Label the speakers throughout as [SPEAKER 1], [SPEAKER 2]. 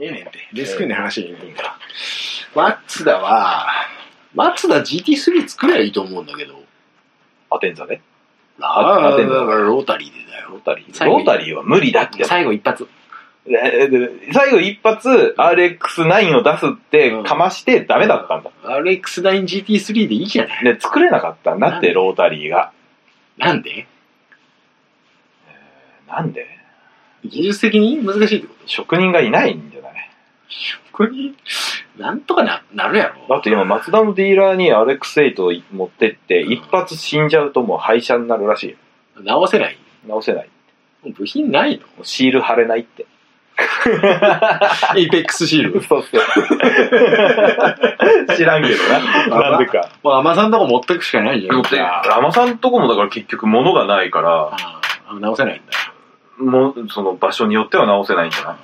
[SPEAKER 1] ええねんて。デスクの話ええねんから。マツダは、マツダ GT3 作りゃいいと思うんだけど。
[SPEAKER 2] アテンザね。
[SPEAKER 1] あ
[SPEAKER 2] あ
[SPEAKER 1] あ、
[SPEAKER 2] で
[SPEAKER 1] だ
[SPEAKER 2] も
[SPEAKER 1] からロータリーでだ
[SPEAKER 2] ロ
[SPEAKER 1] よ。
[SPEAKER 2] ータリー。
[SPEAKER 3] 最後
[SPEAKER 2] ロ
[SPEAKER 3] に
[SPEAKER 2] ータリーは無理だって。
[SPEAKER 3] 最後一発。
[SPEAKER 2] えで最後一発 RX9 を出すってかましてダメだったんだ。
[SPEAKER 1] RX9GT3 でいいじゃない。
[SPEAKER 2] で、作れなかったんだって、ロータリーが。
[SPEAKER 1] なんで
[SPEAKER 2] なんで
[SPEAKER 1] 技術的に難しいってこと
[SPEAKER 2] 職人がいないんじゃない
[SPEAKER 1] これに、なんとかななるやろ。
[SPEAKER 2] だって今、マツダのディーラーに RX8 を持ってって、一発死んじゃうともう廃車になるらしいよ。
[SPEAKER 1] 直せない。
[SPEAKER 2] 直せない。
[SPEAKER 1] 部品ないの
[SPEAKER 2] もうシール貼れないって。
[SPEAKER 1] エイペックスシール。
[SPEAKER 2] そう 知らんけどな。なんでか。
[SPEAKER 1] もうアマさんとこ持ってくしかないじゃん。
[SPEAKER 4] で、ラマさんとこもだから結局物がないから、
[SPEAKER 1] ああ直せないんだ。
[SPEAKER 4] もう、その場所によっては直せないんじゃない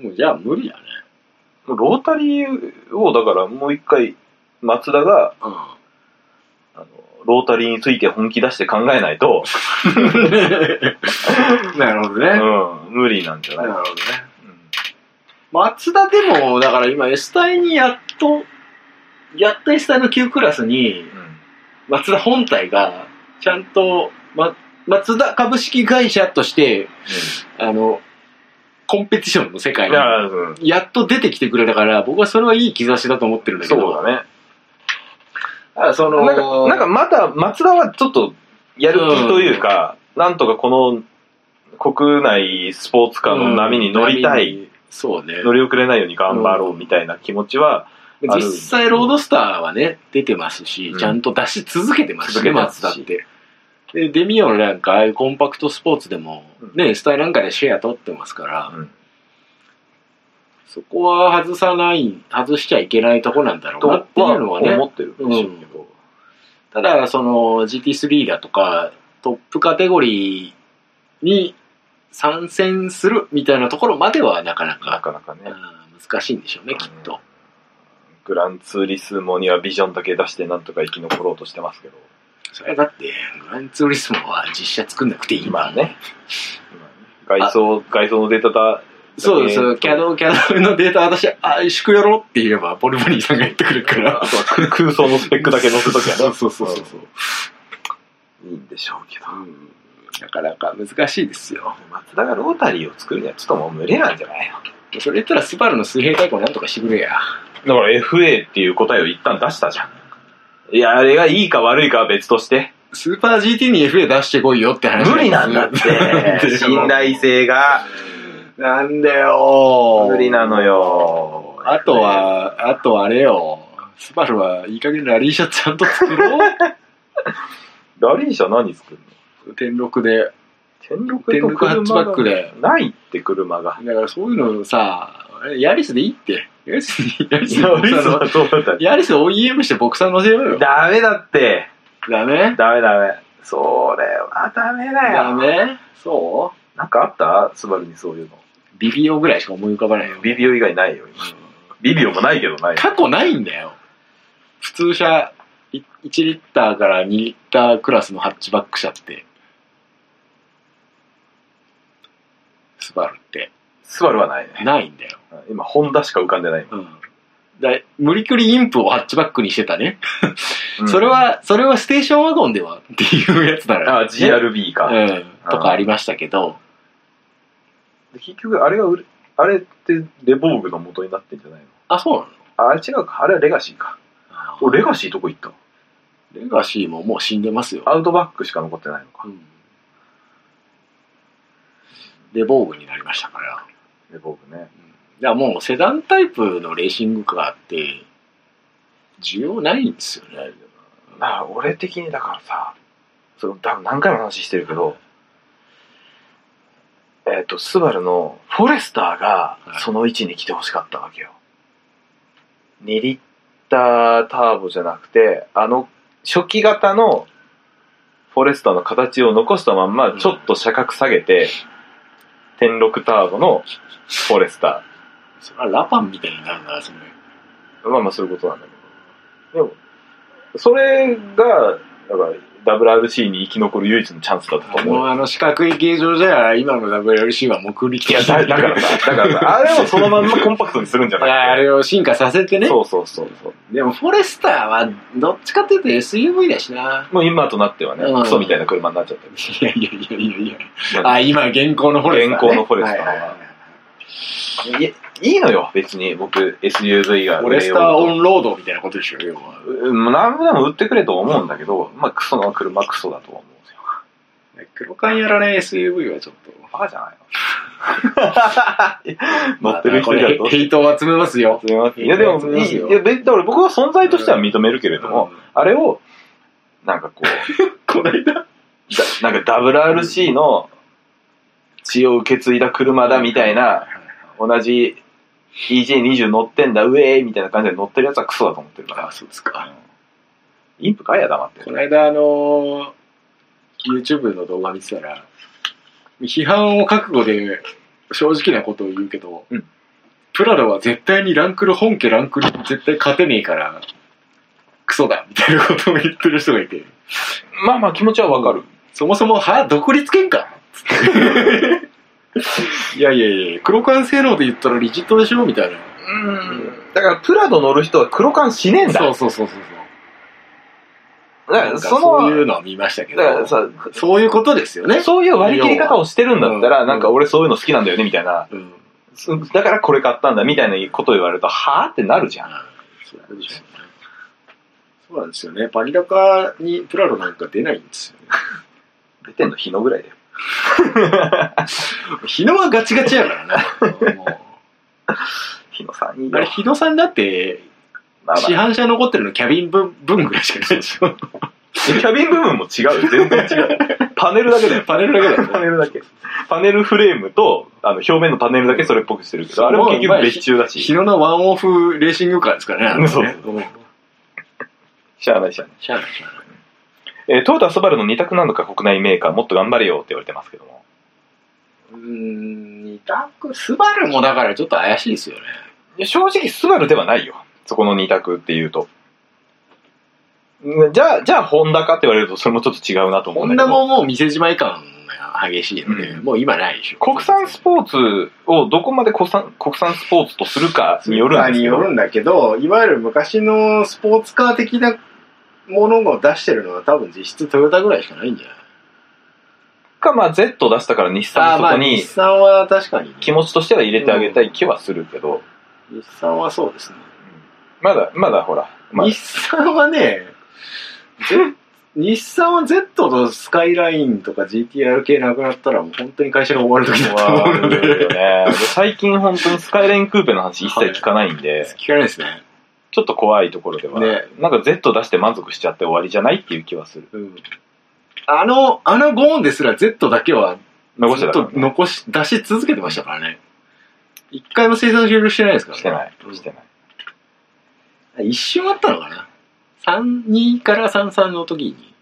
[SPEAKER 1] もうじゃあ無理やね。
[SPEAKER 2] ロータリーを、だからもう一回、マツダが、
[SPEAKER 1] うん。
[SPEAKER 2] あの、ロータリーについて本気出して考えないと、
[SPEAKER 1] なるほど
[SPEAKER 2] う
[SPEAKER 1] ね。
[SPEAKER 2] ん、無理なんじゃな
[SPEAKER 1] ないるほどね。マツダでも、だから今 S 隊にやっと、やっと S 隊の旧クラスに、マツダ本体が、ちゃんと、ま、マツダ株式会社として、あの、コンペティションの世界
[SPEAKER 2] い
[SPEAKER 1] に、
[SPEAKER 2] や、うん
[SPEAKER 1] やっと出てきてくれたから、僕はそれはいい兆しだと思ってるんだけ
[SPEAKER 2] そ
[SPEAKER 1] ど。
[SPEAKER 2] うだね。
[SPEAKER 1] あその
[SPEAKER 2] なんか、なんかまた、マツダはちょっと、やる気というか、なんとかこの、国内スポーツカーの波に乗りたい、
[SPEAKER 1] うん。そうね。
[SPEAKER 2] 乗り遅れないように頑張ろうみたいな気持ちは、あ
[SPEAKER 1] 実
[SPEAKER 2] る
[SPEAKER 1] 際ロードスターはね、出てますし、
[SPEAKER 2] うん
[SPEAKER 1] ちゃんと出し続けてますし
[SPEAKER 2] 続
[SPEAKER 1] ね、
[SPEAKER 2] けて
[SPEAKER 1] マ
[SPEAKER 2] ま
[SPEAKER 1] ツ
[SPEAKER 2] すし
[SPEAKER 1] ダって。で、デミオンなんか、ああいうコンパクトスポーツでも、
[SPEAKER 2] うん
[SPEAKER 1] ね、スタイなんかでシェア取ってますから、
[SPEAKER 2] うん
[SPEAKER 1] そこは外さない、外しちゃいけないとこなんだろう
[SPEAKER 2] と
[SPEAKER 1] なっていうのはね、
[SPEAKER 2] 思ってるんでしょうけど、
[SPEAKER 1] ただ、その GT3 だとか、トップカテゴリーに参戦するみたいなところまではなかな
[SPEAKER 2] な
[SPEAKER 1] か、
[SPEAKER 2] かなかね。
[SPEAKER 1] うん難しいんでしょうね、きっと。
[SPEAKER 2] グランツーリスモにはビジョンだけ出してなんとか生き残ろうとしてますけど。
[SPEAKER 1] それはだって、グランツーリスモは実写作んなくていい。
[SPEAKER 2] 今はね。今はね外装、外装のデータだ、
[SPEAKER 1] そうです、
[SPEAKER 2] えー
[SPEAKER 1] キャド、キャドのデータ私、あ、しくやろうって言えば、ポルボニーさんが言ってくるから。
[SPEAKER 2] あとは空 空想のスペックだけ載せときゃ
[SPEAKER 1] そう
[SPEAKER 2] ね
[SPEAKER 1] そうそうそうそう。
[SPEAKER 2] いいんでしょうけど。
[SPEAKER 1] うんなかなか難しいですよ。
[SPEAKER 2] 松田がロータリーを作るにはちょっともう無理なんじゃないの
[SPEAKER 1] それ言ったら、スバルの水平対抗なんとかしてくれや。
[SPEAKER 2] だから FA っていう答えを一旦出したじゃん。いや、あれがいいか悪いかは別として。
[SPEAKER 1] スーパー GT に FA 出してこいよって話。
[SPEAKER 2] 無理なんだっ て。 信頼性が
[SPEAKER 1] なんだよ
[SPEAKER 2] 無理なのよ。
[SPEAKER 1] あと、は、あとはあれよ。スバルはいい加減ラリー車ちゃんと作ろう。
[SPEAKER 2] ラリー車何作るの
[SPEAKER 1] 天禄で。
[SPEAKER 2] 天禄
[SPEAKER 1] 天
[SPEAKER 2] と
[SPEAKER 1] 禄ハッチ
[SPEAKER 2] 車
[SPEAKER 1] バック
[SPEAKER 2] が
[SPEAKER 1] で。
[SPEAKER 2] ないって車が。
[SPEAKER 1] だからそういうのさ、ヤリスでいいって。ヤリスで、ヤリスで
[SPEAKER 2] ラ
[SPEAKER 1] 僕
[SPEAKER 2] リー
[SPEAKER 1] さん
[SPEAKER 2] 車
[SPEAKER 1] の
[SPEAKER 2] はどうだった
[SPEAKER 1] ヤリスで OEM してボクサー乗せようよ。
[SPEAKER 2] ダメだって。
[SPEAKER 1] ダメ
[SPEAKER 2] ダメダメ。それはダメだよ。
[SPEAKER 1] ダメそ
[SPEAKER 2] なんかあったスバルにそういうの。
[SPEAKER 1] うビビオぐらいしか思い浮かばないよ。
[SPEAKER 2] ビビオ以外ないよ、今。ビビオもないけどないよ。
[SPEAKER 1] 過去ないんだよ。普通車、い1リッターから2リッタークラスのハッチバック車って。スバルって。
[SPEAKER 2] スバルはないね。
[SPEAKER 1] ないんだよ。
[SPEAKER 2] 今、ホンダしか浮かんでない。
[SPEAKER 1] うん。だ無理くりインプをハッチバックにしてたね。
[SPEAKER 2] うん
[SPEAKER 1] それ、は、それはステーションワゴンではっていうやつだよ。
[SPEAKER 2] あ、GRB か。
[SPEAKER 1] うん。とかありましたけど。
[SPEAKER 2] で結局、あれが売れ、あれってレボーグの元になってんじゃないの
[SPEAKER 1] あ、そうなの
[SPEAKER 2] ああれ違うか。あれはレガシーか。おレガシーどこ行ったの
[SPEAKER 1] レガシーももう死んでますよ。
[SPEAKER 2] アウトバックしか残ってないのか
[SPEAKER 1] う。ん。で、防具になりましたから。
[SPEAKER 2] レボーグね。
[SPEAKER 1] じゃあもうセダンタイプのレーシングカーって、需要ないんですよね。
[SPEAKER 2] まあ、俺的にだからさ、それ多分何回も話してるけど、えっ、と、スバルのフォレスターが
[SPEAKER 1] はい
[SPEAKER 2] その位置に来てほしかったわけよ。2リッターターボじゃなくて、あの、初期型のフォレスターの形を残したまんま、ちょっと車格下げて、天禄ターボのフォレスター。
[SPEAKER 1] それはラパンみたいになるから、その、
[SPEAKER 2] まあまあそういうことなんだけど。でも、それが、だから、 WRC に生き残る唯一のチャンスだったと
[SPEAKER 1] あ
[SPEAKER 2] 思う。
[SPEAKER 1] の、あの四角い形状じゃ、今の WRC は目撃
[SPEAKER 2] いや、だだ からさ、だからさ、あれをそのまんまコンパクトにするんじゃ
[SPEAKER 1] いや あ
[SPEAKER 2] なく
[SPEAKER 1] れを進化させて
[SPEAKER 2] て。
[SPEAKER 1] ね。
[SPEAKER 2] そうそうそうそう。
[SPEAKER 1] でも、フォレスターは、どっちかっていうと SUV だしな。
[SPEAKER 2] もう今となってはね、
[SPEAKER 1] うん
[SPEAKER 2] クソみたいな車になっちゃったり
[SPEAKER 1] いやいやいやいやいや。
[SPEAKER 2] して。
[SPEAKER 1] あ、今、現行のフォレスター、ね。
[SPEAKER 2] 現行のフォレスターは
[SPEAKER 1] はいはいはい
[SPEAKER 2] いやいいのよ、別に僕、SUV が。
[SPEAKER 1] フォレスターオンロードみたいなことでしょ、要は。
[SPEAKER 2] うん何でも売ってくれと思うんだけど、まあ、クソの車クソだと思うんですよ。
[SPEAKER 1] 黒缶やらね SUV はちょっと。
[SPEAKER 2] バカじゃない の乗ってる人
[SPEAKER 1] まあ
[SPEAKER 2] だ
[SPEAKER 1] これ
[SPEAKER 2] と。
[SPEAKER 1] ヘイトを集めますよ。
[SPEAKER 2] いや、でも、いいいや、別に俺僕は存在としては認めるけれども、あれを、なんかこ う、
[SPEAKER 1] この間。
[SPEAKER 2] だなんか WRC の血を受け継いだ車だみたいな、同じ EJ20 乗ってんだ、ウェーイみたいな感じで乗ってるやつはクソだと思ってるから
[SPEAKER 1] あ、。そうですか。
[SPEAKER 2] インプかいや黙って
[SPEAKER 1] こ。の間、あのー、YouTube の動画見てたら、批判を覚悟で正直なことを言うけど、
[SPEAKER 2] うん
[SPEAKER 1] プラドは絶対にランクル、本家ランクル絶対勝てねえから、クソだみたいなことを言ってる人がいて、
[SPEAKER 2] まあまあ気持ちはわかる。
[SPEAKER 1] そもそも、は独立見かつっていやいやいや、黒缶性能で言ったらリジットでしょみたいな。
[SPEAKER 2] うん。だからプラド乗る人は黒缶しねえんだ。
[SPEAKER 1] そうそうそうそうそう。
[SPEAKER 2] だか
[SPEAKER 1] なん
[SPEAKER 2] ら
[SPEAKER 1] か
[SPEAKER 2] そ
[SPEAKER 1] そういう
[SPEAKER 2] の、
[SPEAKER 1] のは見ましたけ
[SPEAKER 2] だから
[SPEAKER 1] ど、
[SPEAKER 2] さ、
[SPEAKER 1] そういうことですよね。
[SPEAKER 2] そういう割り切り方をしてるんだった
[SPEAKER 1] う
[SPEAKER 2] ら、
[SPEAKER 1] ん
[SPEAKER 2] なんか俺そういうの好きなんだよね、みたいな。
[SPEAKER 1] うん
[SPEAKER 2] そだからこれ買ったんだ、みたいなことを言われると、はぁってなるじゃん。
[SPEAKER 1] あーそういうことですよねそうなんですよね。バリ高にプラロなんか出ないんですよ、
[SPEAKER 2] 出てんの日野ぐらいだよ。
[SPEAKER 1] ね。日野はガチガチやからな。も
[SPEAKER 2] 日野さんいい う
[SPEAKER 1] あれ、
[SPEAKER 2] よ。
[SPEAKER 1] 日野さんだって、
[SPEAKER 2] まあまあ
[SPEAKER 1] 市販車残ってるのキャビン分分ぐらいしかないでしょ。
[SPEAKER 2] キャビン部分も違う。全然違う。パネルだけだよ。
[SPEAKER 1] パネルだけだよね
[SPEAKER 2] パネルだけ。パネルフレームと、あの、表面のパネルだけそれっぽくしてるけど、あれも結局別注だ
[SPEAKER 1] 日
[SPEAKER 2] し。
[SPEAKER 1] 野のワンオフレーシングカーですからね。
[SPEAKER 2] そう
[SPEAKER 1] あれねん
[SPEAKER 2] しゃあないしゃあない。
[SPEAKER 1] しゃあないしゃあない
[SPEAKER 2] えートヨタ、スバルの2択なのか国内メーカーもっと頑張れよって言われてますけども。
[SPEAKER 1] うーん、二択、スバルもだからちょっと怪しいですよね。
[SPEAKER 2] いや正直、スバルではないよ。そこの2択っていうと。うんじゃあ、じゃあ、ホンダかって言われると、それもちょっと違うなと思
[SPEAKER 1] ホ
[SPEAKER 2] うん
[SPEAKER 1] ン
[SPEAKER 2] だけ
[SPEAKER 1] ダも
[SPEAKER 2] ど。
[SPEAKER 1] もう店じまい感が激しいので、
[SPEAKER 2] うん
[SPEAKER 1] もう今ないでしょ。
[SPEAKER 2] 国産スポーツをどこまで国産国産スポーツとするかによるんです
[SPEAKER 1] に
[SPEAKER 2] け
[SPEAKER 1] よ
[SPEAKER 2] ど、
[SPEAKER 1] るんだけど、いわゆる昔のスポーツカー的なものを出してるのは多分実質トヨタぐらいしかないんじゃない
[SPEAKER 2] か、まあ、Z 出したから日産もそ
[SPEAKER 1] 日
[SPEAKER 2] こに
[SPEAKER 1] 産は確かにね、
[SPEAKER 2] 気持ちとしては入れてあげたい気はするけど、
[SPEAKER 1] 日産はそうですね。
[SPEAKER 2] まだ、まだほら、まあ
[SPEAKER 1] 日産はね、ぜ日産は Z とスカイラインとか GTR 系なくなったらもう本当に会社が終わる時だと思うの
[SPEAKER 2] いろい
[SPEAKER 1] で、
[SPEAKER 2] ろね、で最近本当にスカイレインクーペの話一切聞かないんで、
[SPEAKER 1] 聞かれないですね。
[SPEAKER 2] ちょっと怖いところでは、
[SPEAKER 1] ね
[SPEAKER 2] なんか Z 出して満足しちゃって終わりじゃないっていう気はする。
[SPEAKER 1] うんあの、あのゴーンですら Z だけは
[SPEAKER 2] 残し
[SPEAKER 1] ず
[SPEAKER 2] て
[SPEAKER 1] った
[SPEAKER 2] から
[SPEAKER 1] と
[SPEAKER 2] ね、
[SPEAKER 1] 残し、出し続けてましたからね。一回も生産終了してないですからね。
[SPEAKER 2] してない、してない。
[SPEAKER 1] 一瞬あったのかな32から33の時に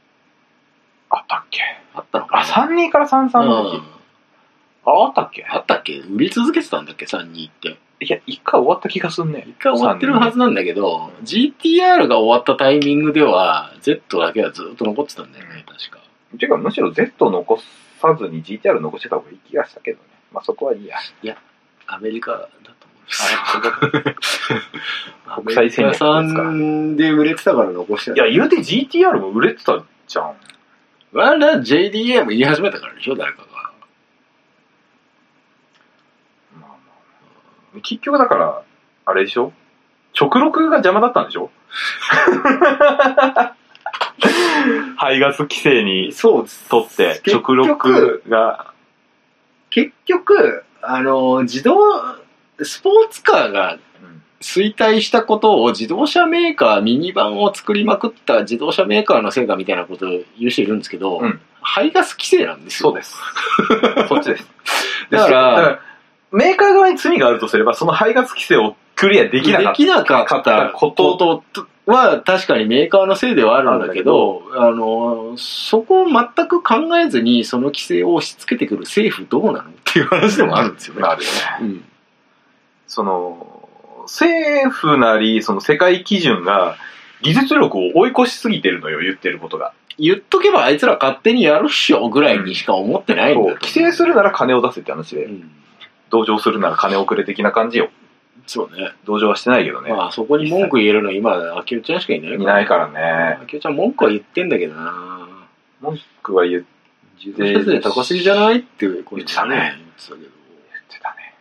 [SPEAKER 2] あったっけ
[SPEAKER 1] あったのか
[SPEAKER 2] あ、
[SPEAKER 1] な
[SPEAKER 2] 32から33の時、
[SPEAKER 1] うん
[SPEAKER 2] あ、あったっけ
[SPEAKER 1] あったっけ売り続けてたんだっけ32って
[SPEAKER 2] いや、一回終わった気がすんね。
[SPEAKER 1] 一回終わってるはずなんだけど GTR が終わったタイミングでは Z だけはずっと残ってたんだよね確か
[SPEAKER 2] ていうか、むしろ Z を残さずに GTR 残してた方がいい気がしたけどね。まあそこはいい や。
[SPEAKER 1] アメリカだと思います
[SPEAKER 2] い国際戦略ですか
[SPEAKER 1] アメリカ産で売れてたから残してた
[SPEAKER 2] や、言うて GTR も売れてたじゃん。
[SPEAKER 1] あれ JDA も言い始めたからでしょ誰かが
[SPEAKER 2] まあまあ、結局だから、あれでしょ直録が邪魔だったんでし ょ排ガス規制に
[SPEAKER 1] そうです
[SPEAKER 2] とって、
[SPEAKER 1] 結
[SPEAKER 2] 直
[SPEAKER 1] 局
[SPEAKER 2] 録が、
[SPEAKER 1] 結局あの自動スポーツカーが衰退したことを自動車メーカーミニバンを作りまくった自動車メーカーのせいだみたいなことを言う人いるんですけど、
[SPEAKER 2] うん
[SPEAKER 1] 排ガス規制なんですよ
[SPEAKER 2] そうです。 そっちです。
[SPEAKER 1] だから
[SPEAKER 2] メーカー側に罪があるとすれば、その排ガス規制をクリアで
[SPEAKER 1] で
[SPEAKER 2] き
[SPEAKER 1] き
[SPEAKER 2] なかった。
[SPEAKER 1] なか
[SPEAKER 2] か
[SPEAKER 1] っ
[SPEAKER 2] ったた
[SPEAKER 1] こ
[SPEAKER 2] こと
[SPEAKER 1] とは確かにメーカーのせいではあるんだけどあのそこを全く考えずにその規制を押し付けてくる政府どうなのっていう話でもあるんですよね。
[SPEAKER 2] まああるよね。
[SPEAKER 1] うん
[SPEAKER 2] その、政府なり、その世界基準が、技術力を追い越しすぎてるのよ、言ってることが。
[SPEAKER 1] 言っとけばあいつら勝手にやるっしょぐらいにしか思ってないんだ
[SPEAKER 2] そ
[SPEAKER 1] と
[SPEAKER 2] う規制するなら金を出せって話
[SPEAKER 1] う
[SPEAKER 2] で
[SPEAKER 1] ん
[SPEAKER 2] 同情するなら金をくれ的な感じよ
[SPEAKER 1] そうね。
[SPEAKER 2] 同情はしてないけどね、
[SPEAKER 1] まあ、そこに文句言えるのは今、秋代ちゃんしかいない
[SPEAKER 2] いない
[SPEAKER 1] か
[SPEAKER 2] からね
[SPEAKER 1] 秋代ちゃん文句は言ってんだけどな。
[SPEAKER 2] 文句は言っ
[SPEAKER 1] 自動車税高すぎじゃないっていう声
[SPEAKER 2] 言ってたね。
[SPEAKER 1] 言ってたけど。
[SPEAKER 2] てたね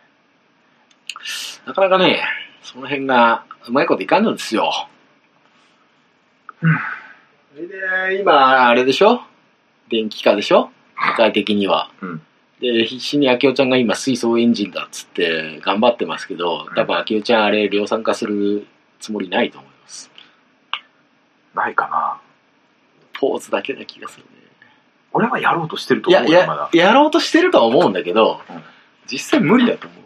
[SPEAKER 1] なかなかね、その辺がうまいこといかんのですよ。
[SPEAKER 2] うん
[SPEAKER 1] それで、今、あれでしょ電気化でしょ世界的には。
[SPEAKER 2] うん
[SPEAKER 1] で、必死に明夫ちゃんが今、水素エンジンだっつって頑張ってますけど、多分明夫ちゃんあれ量産化するつもりないと思います。
[SPEAKER 2] ないかな
[SPEAKER 1] ポーズだけな気がするね。
[SPEAKER 2] 俺はやろうとしてると
[SPEAKER 1] いや、
[SPEAKER 2] 思
[SPEAKER 1] い
[SPEAKER 2] うよま
[SPEAKER 1] や
[SPEAKER 2] だ、
[SPEAKER 1] やろうとしてるとは思うんだけど、
[SPEAKER 2] うん
[SPEAKER 1] 実際無理だと思う。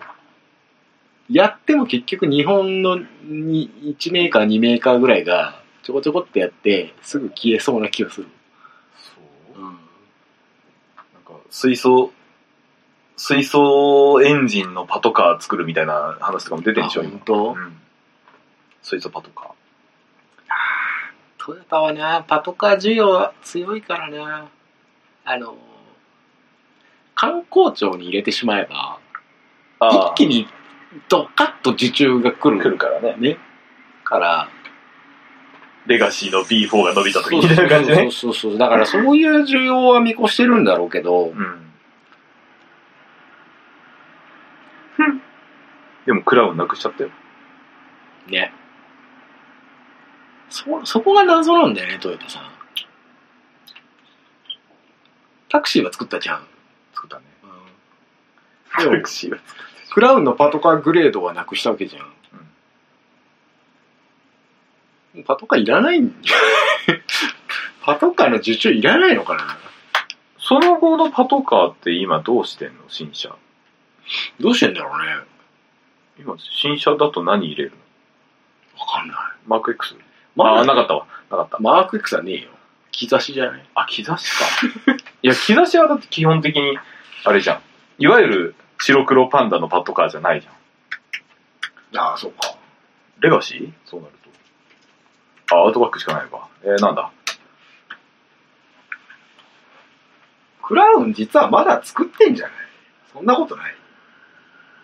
[SPEAKER 1] やっても結局日本のに1メーカー、2メーカーぐらいがちょこちょこってやって、すぐ消えそうな気がする。
[SPEAKER 2] そう
[SPEAKER 1] うん。
[SPEAKER 4] なんか水素水素エンジンのパトカー作るみたいな話とかも出てる
[SPEAKER 1] あ
[SPEAKER 4] でしょ
[SPEAKER 1] 本
[SPEAKER 4] 今、
[SPEAKER 1] 当
[SPEAKER 4] うん、水素パトカ
[SPEAKER 1] トヨタはね、パトカー需要は強いからね、あの、観光庁に入れてしまえば、
[SPEAKER 4] ーあ
[SPEAKER 1] 一気にドカッと受注が来る。
[SPEAKER 4] 来るからね
[SPEAKER 1] ね。から、
[SPEAKER 4] レガシーの B4 が伸びた時み
[SPEAKER 1] そ
[SPEAKER 4] た
[SPEAKER 1] う
[SPEAKER 4] いな感じね
[SPEAKER 1] そうそうそう。だからそういう需要は見越してるんだろうけど、
[SPEAKER 4] うんでもクラウンなくしちゃったよ
[SPEAKER 1] ね。そ、そこが謎なんだよね、トヨタさん。タクシーは作ったじゃん。
[SPEAKER 4] 作ったね
[SPEAKER 1] でも
[SPEAKER 4] タク、シーは
[SPEAKER 1] クラウンのパトカーグレードはなくしたわけじゃん。パトカーいらないん パトカーの受注いらないのかな
[SPEAKER 4] その後のパトカーって今どうしてんの新車
[SPEAKER 1] どうしてんだろうね。
[SPEAKER 4] 今新車だと何入れるの
[SPEAKER 1] わかんない。
[SPEAKER 4] マーク X?
[SPEAKER 1] マ
[SPEAKER 4] ああ
[SPEAKER 1] ー
[SPEAKER 4] なかったわなかった
[SPEAKER 1] マーク X はねえよ。兆しじゃない
[SPEAKER 4] あ、兆しか。 いや、兆しはだって基本的に、あれじゃん。いわゆる白黒パンダのパトカーじゃないじゃん。
[SPEAKER 1] ああ、そうか。
[SPEAKER 4] レガシーそうなると。あ、アウトバックしかないのか。えー、なんだ。
[SPEAKER 1] クラウン実はまだ作ってんじゃないそんなことない。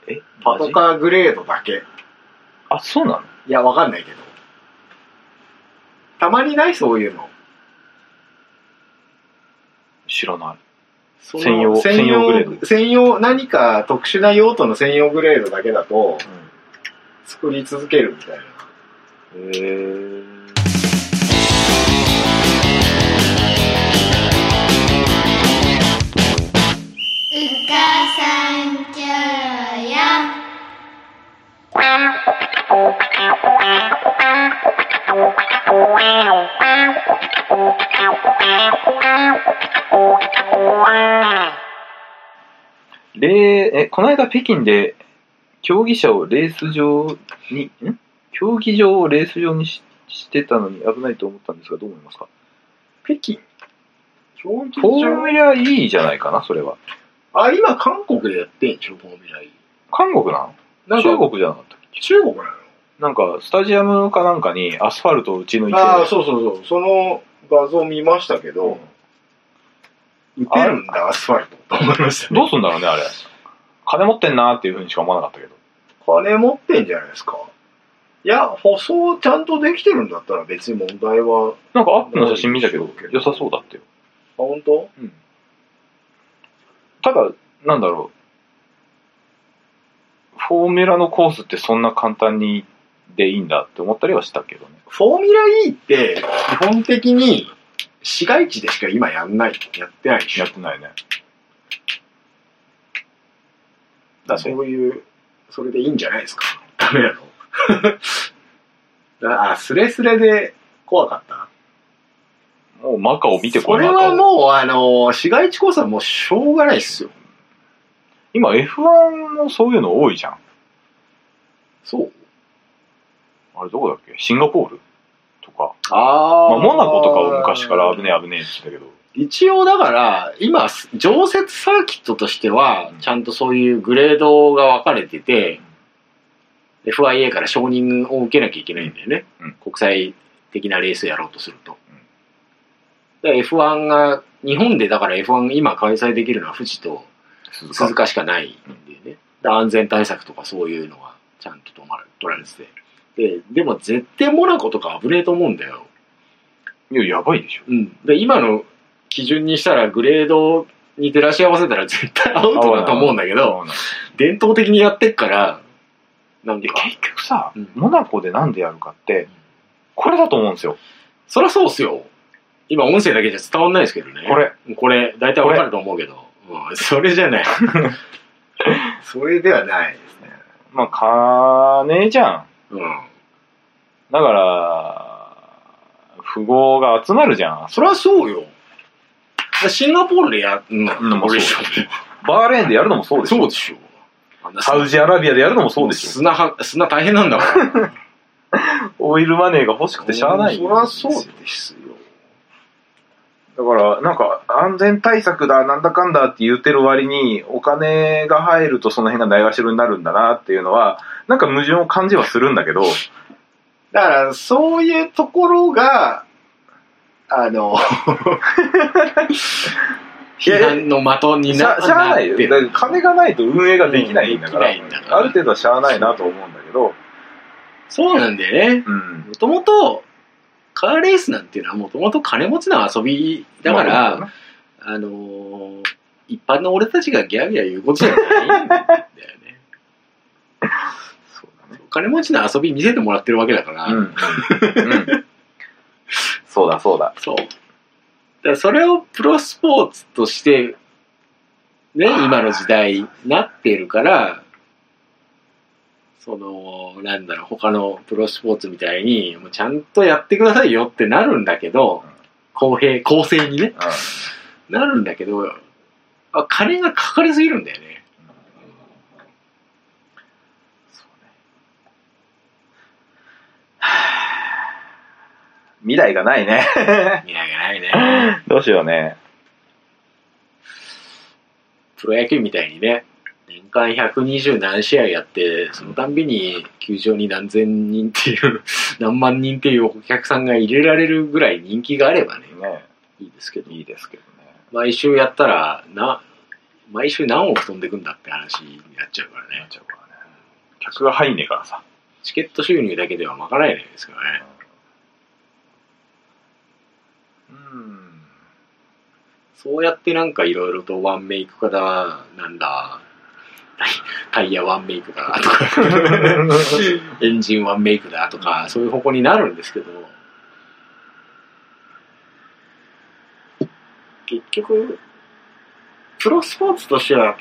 [SPEAKER 4] え、
[SPEAKER 1] パトカーグレードだけ。
[SPEAKER 4] あ、そうなの
[SPEAKER 1] いや、わかんないけど。たまにないそういうの。
[SPEAKER 4] 知らない。
[SPEAKER 1] その
[SPEAKER 4] 専用
[SPEAKER 1] 専
[SPEAKER 4] 専用グレ
[SPEAKER 1] 用
[SPEAKER 4] ー、ド
[SPEAKER 1] 専用、何か特殊な用途の専用グレードだけだと、作り続けるみたいな。
[SPEAKER 4] えー。
[SPEAKER 3] うかさんちゃうや。
[SPEAKER 2] レーえこの間北京で競技者をレース場にん競技場をレース場にししてたのに危ないと思ったんですがどう思いますか
[SPEAKER 1] 北京競技
[SPEAKER 2] フォーミュラ E じゃないかなそれは
[SPEAKER 1] あ、今韓国でやってんでしょ、この未来。
[SPEAKER 2] 韓国な
[SPEAKER 1] なん
[SPEAKER 2] の
[SPEAKER 1] か
[SPEAKER 2] 中国じゃなかったっけ
[SPEAKER 1] 中国な
[SPEAKER 2] なんかスタジアムかなんかにアスファルトを打ち抜いて
[SPEAKER 1] のああ、そうそうそう。その画像見ましたけど、打てるんだ、アスファルト。と思いましたね。
[SPEAKER 2] どうすんだろうねあれ金持ってんなーっていうふうにしか思わなかったけど
[SPEAKER 1] 金持ってんじゃないですか。いや、舗装ちゃんとできてるんだったら別に問題は、
[SPEAKER 2] なんかアップの写真見たけど
[SPEAKER 1] そう
[SPEAKER 2] 良さそうだったよ
[SPEAKER 1] あ、本当
[SPEAKER 2] ただなんだろうフォーミュラのコースってそんな簡単にでいいんだって思ったりはしたけどね
[SPEAKER 1] フォーミュラ E って、基本的に市街地でしか今やんない、やってないでし
[SPEAKER 2] や
[SPEAKER 1] ょ
[SPEAKER 2] っ。てないね
[SPEAKER 1] だ
[SPEAKER 2] だ
[SPEAKER 1] そ
[SPEAKER 2] ね
[SPEAKER 1] ういう、それでいいんじゃないですか。ダメなの。 だあ、スレスレで怖かった。
[SPEAKER 2] もうマカオ見てこ
[SPEAKER 1] こ
[SPEAKER 2] い
[SPEAKER 1] れ
[SPEAKER 2] マカ
[SPEAKER 1] は
[SPEAKER 2] オ
[SPEAKER 1] もう、あの、市街地コースはもうしょうがないっすよ。
[SPEAKER 2] 今 F1 もそういうの多いじゃん
[SPEAKER 1] そう。
[SPEAKER 2] あれどこだっけシンガポールとか
[SPEAKER 1] あ
[SPEAKER 2] まあ、モナコとかは昔から危ねえ危ねえって言ってたけど
[SPEAKER 1] 一応だから、今、常設サーキットとしては
[SPEAKER 2] う、ん
[SPEAKER 1] ちゃんとそういうグレードが分かれてて、FIA から承認を受けなきゃいけないんだよね。
[SPEAKER 2] うん
[SPEAKER 1] 国際的なレースやろうとすると。だから F1 が、日本でだから F1 が今開催できるのは富士と
[SPEAKER 4] 鈴鹿
[SPEAKER 1] 鈴鹿しかないんでね。で安全対策とかそういうのがちゃんと止まる取られてて。で、でも絶対モナコとか危ねえと思うんだよ。
[SPEAKER 4] いや、やばいでしょ。
[SPEAKER 1] うん。で、今の基準にしたらグレードに照らし合わせたら絶対アウトだと思うんだけど、伝統的にやってっから、なん
[SPEAKER 4] で
[SPEAKER 1] か。
[SPEAKER 4] 結局さ、
[SPEAKER 1] うん
[SPEAKER 2] モナコでなんでやるかって
[SPEAKER 4] これだと思うんですよ。
[SPEAKER 1] そりゃそうっすよ。今音声だけじゃ伝わんないですけどね。
[SPEAKER 2] これ。
[SPEAKER 1] これ、大体わかると思うけど。うん、それじゃない。 それではないですね。
[SPEAKER 2] まあ金じゃん
[SPEAKER 1] うん。
[SPEAKER 2] だから富豪が集まるじゃん
[SPEAKER 1] そりゃそうよ。シンガポールでやるの
[SPEAKER 4] うんまあ
[SPEAKER 1] これでしょ。
[SPEAKER 4] バーレーンでやるのもそうでしょ。
[SPEAKER 1] そうでしょ。あんな
[SPEAKER 4] サウジアラビアでやるのもそうでしょ。
[SPEAKER 1] 砂は、砂大変なんだ から。
[SPEAKER 2] オイルマネーが欲しくてしゃあない
[SPEAKER 1] そりゃそうですよ。
[SPEAKER 2] だから、なんか、安全対策だ、なんだかんだって言ってる割に、お金が入るとその辺がないがしろになるんだなっていうのは、なんか矛盾を感じはするんだけど、
[SPEAKER 1] だから、そういうところが、あ の、批判の的に
[SPEAKER 2] し
[SPEAKER 1] な
[SPEAKER 2] ゃしゃあないよ。
[SPEAKER 1] って
[SPEAKER 2] だから金がないと運営ができないんだから、
[SPEAKER 1] うんできないんだから
[SPEAKER 2] ある程度はしゃあないなと思うんだけど、
[SPEAKER 1] そうなんだよね。
[SPEAKER 2] うん。
[SPEAKER 1] もともと、カーレースなんていうのはもともと金持ちの遊びだから、
[SPEAKER 2] まあ
[SPEAKER 1] あ、のー一般の俺たちがギャーギャー言うことじゃないんだよね。
[SPEAKER 2] そうだね。
[SPEAKER 1] 金持ちの遊び見せてもらってるわけだから、
[SPEAKER 2] うん。 うん。うんそうだ、そうだ。
[SPEAKER 1] そう。だからそれをプロスポーツとして、ね、今の時代なってるから、その、なんだろう、他のプロスポーツみたいに、もうちゃんとやってくださいよってなるんだけど
[SPEAKER 2] うん、
[SPEAKER 1] 公平、公正にね、
[SPEAKER 2] うん。
[SPEAKER 1] なるんだけど、あ金がかかりすぎるんだよね。
[SPEAKER 2] そうね。未来がないね。
[SPEAKER 1] 見ながないね。
[SPEAKER 2] どうしようね。
[SPEAKER 1] プロ野球みたいにね、年間120何試合やって、そのたんびに球場に何千人っていう、 何万人っていうお客さんが入れられるぐらい人気があればね、
[SPEAKER 2] ね
[SPEAKER 1] いいですけど、
[SPEAKER 2] いいですけどね。
[SPEAKER 1] 毎週やったら、な、毎週何億飛んでくんだって話になっちゃうから
[SPEAKER 2] なっ
[SPEAKER 1] ね。
[SPEAKER 2] ちゃうからね。
[SPEAKER 4] 客が入んねえからさ。
[SPEAKER 1] チケット収入だけでは賄えないですからね。
[SPEAKER 2] うん。
[SPEAKER 1] そうやってなんかいろいろとワンメイクかだ、なんだ、 タイタイヤワンメイクかだとか、エンジンワンメイクだとか、そういう方向になるんですけど、結局、プロスポーツとしては、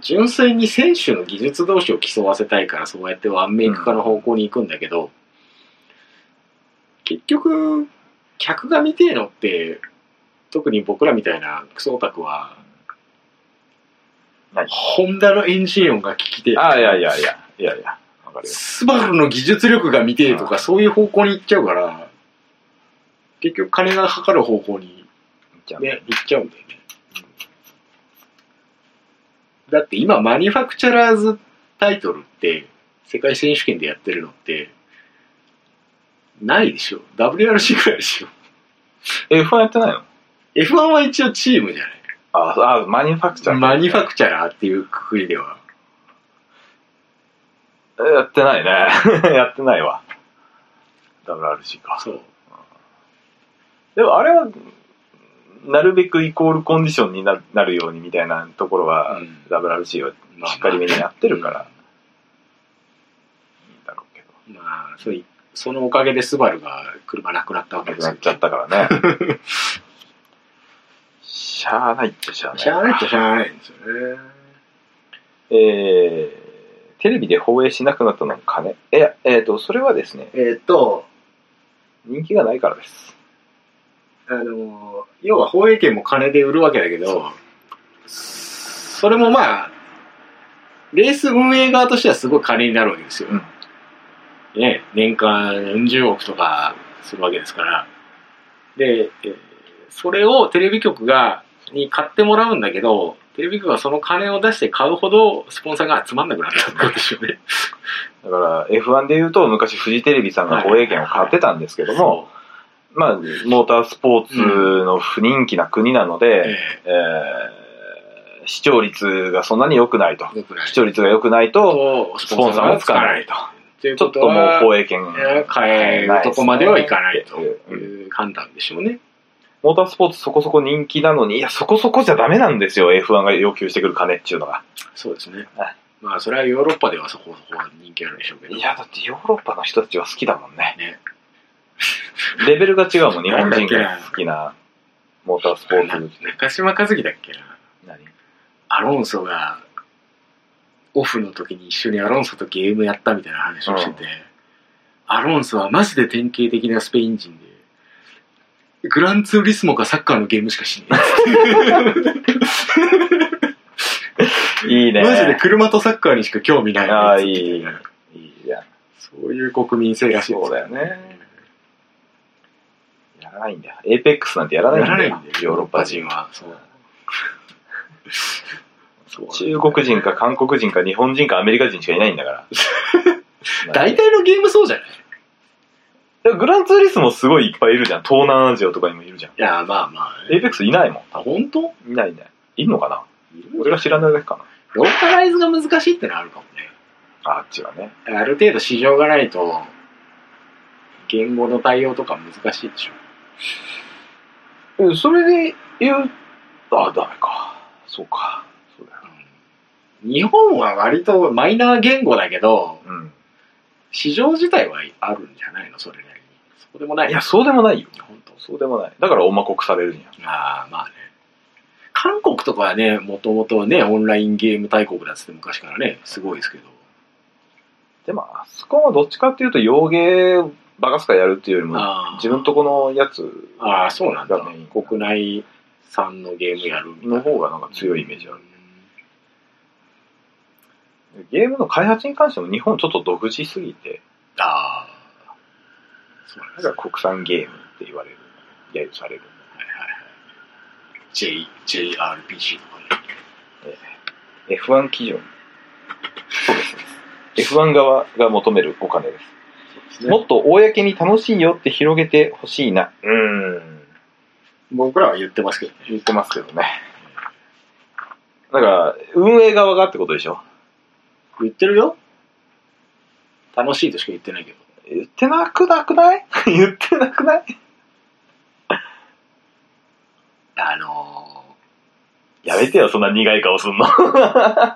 [SPEAKER 1] 純粋に選手の技術同士を競わせたいから、そうやってワンメイク化の方向に行くんだけど、結局、客が見てえのって、特に僕らみたいなクソオタクは、
[SPEAKER 2] 何
[SPEAKER 1] ホンダのエンジン音が聞きてえ
[SPEAKER 2] ああ、いやいやいや、いやいや、わかるよ。
[SPEAKER 1] スバルの技術力が見てえとか、そういう方向に行っちゃうから、結局金がかかる方向に、
[SPEAKER 2] じゃあ
[SPEAKER 1] ね、行っちゃうんだよね。だって今、マニュファクチャラーズタイトルって、世界選手権でやってるのって、ないでしょ。WRC くらいでしょ。
[SPEAKER 2] F1 やってないの
[SPEAKER 1] F1 は一応チームじゃない。
[SPEAKER 2] ああ、マニュファクチャー。
[SPEAKER 1] マニュファクチャラーっていうくくりでは。
[SPEAKER 2] えやってないね。 やってないわ。WRC か。
[SPEAKER 1] そう。
[SPEAKER 2] でもあれは、なるべくイコールコンディションにななるようにみたいなところは、
[SPEAKER 1] うん
[SPEAKER 2] WRC は
[SPEAKER 1] まあ
[SPEAKER 2] しっかりめにやってるから、いいんだろうけど。
[SPEAKER 1] まあ、そういそのおかげでスバルが車なくなったわけ
[SPEAKER 2] な
[SPEAKER 1] で
[SPEAKER 2] く
[SPEAKER 1] す
[SPEAKER 2] な
[SPEAKER 1] よ
[SPEAKER 2] っちゃったからね。 しゃあないっちゃしゃあない。
[SPEAKER 1] しゃあないっちゃしゃあないんですよね。
[SPEAKER 2] えー、テレビで放映しなくなったのも金。いや、えっ、と、それはですね、
[SPEAKER 1] えーっと、
[SPEAKER 2] 人気がないからです。
[SPEAKER 1] あのー、要は放映権も金で売るわけだけど、それもまあ、レース運営側としてはすごい金になるわけですよ。ね、年間40億とかするわけですから。で、えーそれをテレビ局が、に買ってもらうんだけど、テレビ局がその金を出して買うほど、スポンサーが集まんなくなったってことでしょうね。
[SPEAKER 2] だから F1 で言うと昔フジテレビさんが放映権を買ってたんですけども、
[SPEAKER 1] う
[SPEAKER 2] まあ、モータースポーツの不人気な国なので、
[SPEAKER 1] え
[SPEAKER 2] えー視聴率がそんなに良くないと。
[SPEAKER 1] えよくない
[SPEAKER 2] 視聴率が良くないと、
[SPEAKER 1] と
[SPEAKER 2] スポンサーがつかないと。
[SPEAKER 1] という
[SPEAKER 2] ちょ
[SPEAKER 1] こ
[SPEAKER 2] っと
[SPEAKER 1] と
[SPEAKER 2] もう
[SPEAKER 1] は
[SPEAKER 2] 放映権
[SPEAKER 1] えー変えるとこまではいかないと
[SPEAKER 2] うん
[SPEAKER 1] いう判断でしょうね。
[SPEAKER 2] モータースポーツそこそこ人気なのに、いや、そこそこじゃダメなんですよ、F1 が要求してくる金っていうのが。
[SPEAKER 1] そうですね
[SPEAKER 2] はい。
[SPEAKER 1] まあ、それはヨーロッパではそこそこ人気あるでしょうけど。
[SPEAKER 2] いや、だってヨーロッパの人たちは好きだもんね。
[SPEAKER 1] ね
[SPEAKER 2] レベルが違うもん、日本人が好きなモータースポ
[SPEAKER 1] な
[SPEAKER 2] ーツ。
[SPEAKER 1] 中島和樹だっけな。
[SPEAKER 2] 何
[SPEAKER 1] アロンソが、オフの時に一緒にアロンソとゲームやったみたいな話をしてて、アロンソはマジで典型的なスペイン人で、グランツーリスモかサッカーのゲームしかしない。
[SPEAKER 2] いいね。
[SPEAKER 1] マジで車とサッカーにしか興味ない
[SPEAKER 2] ああ
[SPEAKER 1] やつ
[SPEAKER 2] い
[SPEAKER 1] み
[SPEAKER 2] い
[SPEAKER 1] たいな。
[SPEAKER 2] いいじゃん。
[SPEAKER 1] そういう国民性らしい
[SPEAKER 2] そう
[SPEAKER 1] ね
[SPEAKER 2] だよね。やらないんだよ。エーペックスなんてやらないん
[SPEAKER 1] やらな
[SPEAKER 2] だ
[SPEAKER 1] い
[SPEAKER 2] よ
[SPEAKER 1] んだ。よ、
[SPEAKER 2] ヨ
[SPEAKER 1] ヨ
[SPEAKER 2] ー
[SPEAKER 1] ー
[SPEAKER 2] ロ
[SPEAKER 1] ロ
[SPEAKER 2] ッ
[SPEAKER 1] ッ
[SPEAKER 2] パ
[SPEAKER 1] パ
[SPEAKER 2] 人
[SPEAKER 1] 人
[SPEAKER 2] は。
[SPEAKER 1] は。そうそう。
[SPEAKER 2] 中国人か韓国人か日本人かアメリカ人しかいないんだ から
[SPEAKER 1] 大体のゲームそうじゃない
[SPEAKER 2] いやグランツーリスもすごいいっぱいいるじゃん。東南アジアとかにもいるじゃん。
[SPEAKER 1] いや、まあまあ、
[SPEAKER 2] エーペックスいないも
[SPEAKER 1] あ、本当
[SPEAKER 2] ん。いないいない。いるのかな俺が知らないだけか
[SPEAKER 1] ローカライズが難しいってのはあるかもね。
[SPEAKER 2] な。ああっちはね。
[SPEAKER 1] ある程度市場がないと、言語の対応とか難しいでしょ。
[SPEAKER 2] それで言う、ああ、ダメか。そうか。そうだよ。
[SPEAKER 1] 日本は割とマイナー言語だけど、
[SPEAKER 2] うん。
[SPEAKER 1] 市場自体はあるんじゃないのそれなりに。そうでもない。
[SPEAKER 2] いや、そうでもないよ。
[SPEAKER 1] 本当
[SPEAKER 2] そうでもない。だからおまこくされるんや。
[SPEAKER 1] ああ、まあね。韓国とかはね、もともとね、オンラインゲーム大国だっつって昔からね、すごいですけど。
[SPEAKER 2] でも、あそこはどっちかっていうと、洋芸バカスカやるっていうよりも、
[SPEAKER 1] ああ
[SPEAKER 2] 自分とこのやつ
[SPEAKER 1] ああ、そうなんだ
[SPEAKER 2] だね。
[SPEAKER 1] 国内産のゲームやるみたいな
[SPEAKER 2] の方がなんか強いイメージある。
[SPEAKER 1] う
[SPEAKER 2] ゲームの開発に関しても日本ちょっと独自すぎて、
[SPEAKER 1] んああ。そうなんです
[SPEAKER 2] だか
[SPEAKER 1] ね
[SPEAKER 2] ら国産ゲームって言われる。揶揄される。
[SPEAKER 1] J、JRPG とかね。
[SPEAKER 2] F1 基準。そうです。F1 側が求めるお金です。もっと公に楽しいよって広げてほしいな。うーん。
[SPEAKER 1] 僕らは言ってますけどね。
[SPEAKER 2] 言ってますけどね。だから、運営側がってことでしょ
[SPEAKER 1] 言ってるよ。楽しいとしか言ってないけど。
[SPEAKER 2] 言ってなくなくない 言ってなくない
[SPEAKER 1] あの
[SPEAKER 2] やめてよ、そんな苦い顔すんの。
[SPEAKER 1] ー、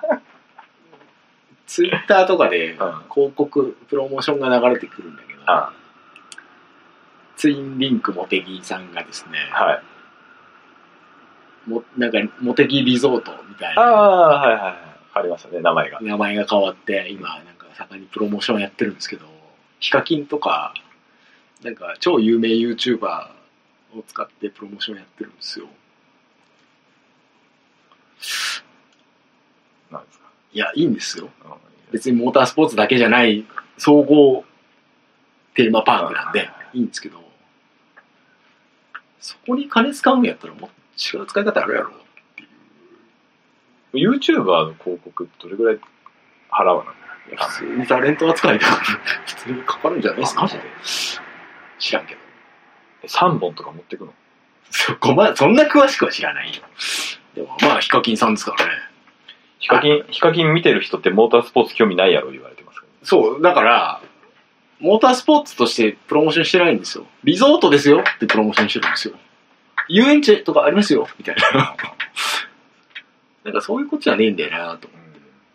[SPEAKER 1] ツイッターとかで
[SPEAKER 2] あ
[SPEAKER 1] 広告、プロモーションが流れてくるんだけど、
[SPEAKER 2] あ
[SPEAKER 1] ツインリンクモテギさんがですね、
[SPEAKER 2] はい。
[SPEAKER 1] もなんかモテギリゾートみたい
[SPEAKER 2] あ
[SPEAKER 1] な
[SPEAKER 2] あ、はいはいはい。変わりましたね、名前が。
[SPEAKER 1] 名前が変わって、今、なんか盛んにプロモーションやってるんですけど、ヒカキンとか、なんか超有名 YouTuber を使ってプロモーションやってるんですよ。
[SPEAKER 2] なんですか。
[SPEAKER 1] いや、いいんですよ。
[SPEAKER 2] うん
[SPEAKER 1] 別にモータースポーツだけじゃない総合テーマパークなん
[SPEAKER 2] はい
[SPEAKER 1] で
[SPEAKER 2] はい
[SPEAKER 1] いいんですけどそこに金使うんやったらもっと違う使い方あるやろ
[SPEAKER 2] YouTuber の広告ってどれぐらい払うの
[SPEAKER 1] 普通にタレント扱いだから普通にかかるんじゃないですか知らんけど
[SPEAKER 2] ?3 本とか持ってくの
[SPEAKER 1] そこまでそんな詳しくは知らないよでもまあヒカキンさんですからね
[SPEAKER 2] ヒカキン、ヒカキン見てる人ってモータースポーツ興味ないやろ言われてますけど。
[SPEAKER 1] そうだからモータースポーツとしてプロモーションしてないんですよリゾートですよってプロモーションしてるんですよ遊園地とかありますよみたいな なんかそういうことじゃねえんだよなと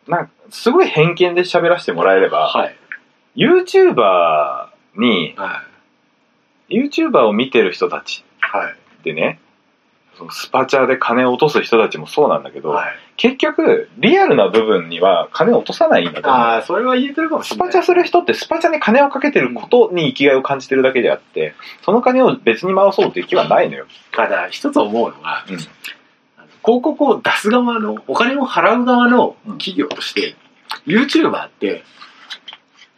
[SPEAKER 2] なんか、すごい偏見で喋らせてもらえれば、
[SPEAKER 1] はい、
[SPEAKER 2] YouTuber に、
[SPEAKER 1] はい、
[SPEAKER 2] YouTuber を見てる人たち
[SPEAKER 1] はい、
[SPEAKER 2] ってね、そのスパチャで金を落とす人たちもそうなんだけど、
[SPEAKER 1] はい。
[SPEAKER 2] 結局、リアルな部分には金を落とさないんだと思う
[SPEAKER 1] ああ、それは言えてるかもし
[SPEAKER 2] ス
[SPEAKER 1] れな
[SPEAKER 2] パ
[SPEAKER 1] い。
[SPEAKER 2] チャする人ってスパチャに金をかけてることに生きがいを感じてるだけであって、その金を別に回そうっていう気はないのよ。
[SPEAKER 1] ただ、一つ思うのは、
[SPEAKER 2] うん
[SPEAKER 1] 広告を出す側の、お金を払う側の企業として、YouTuber って、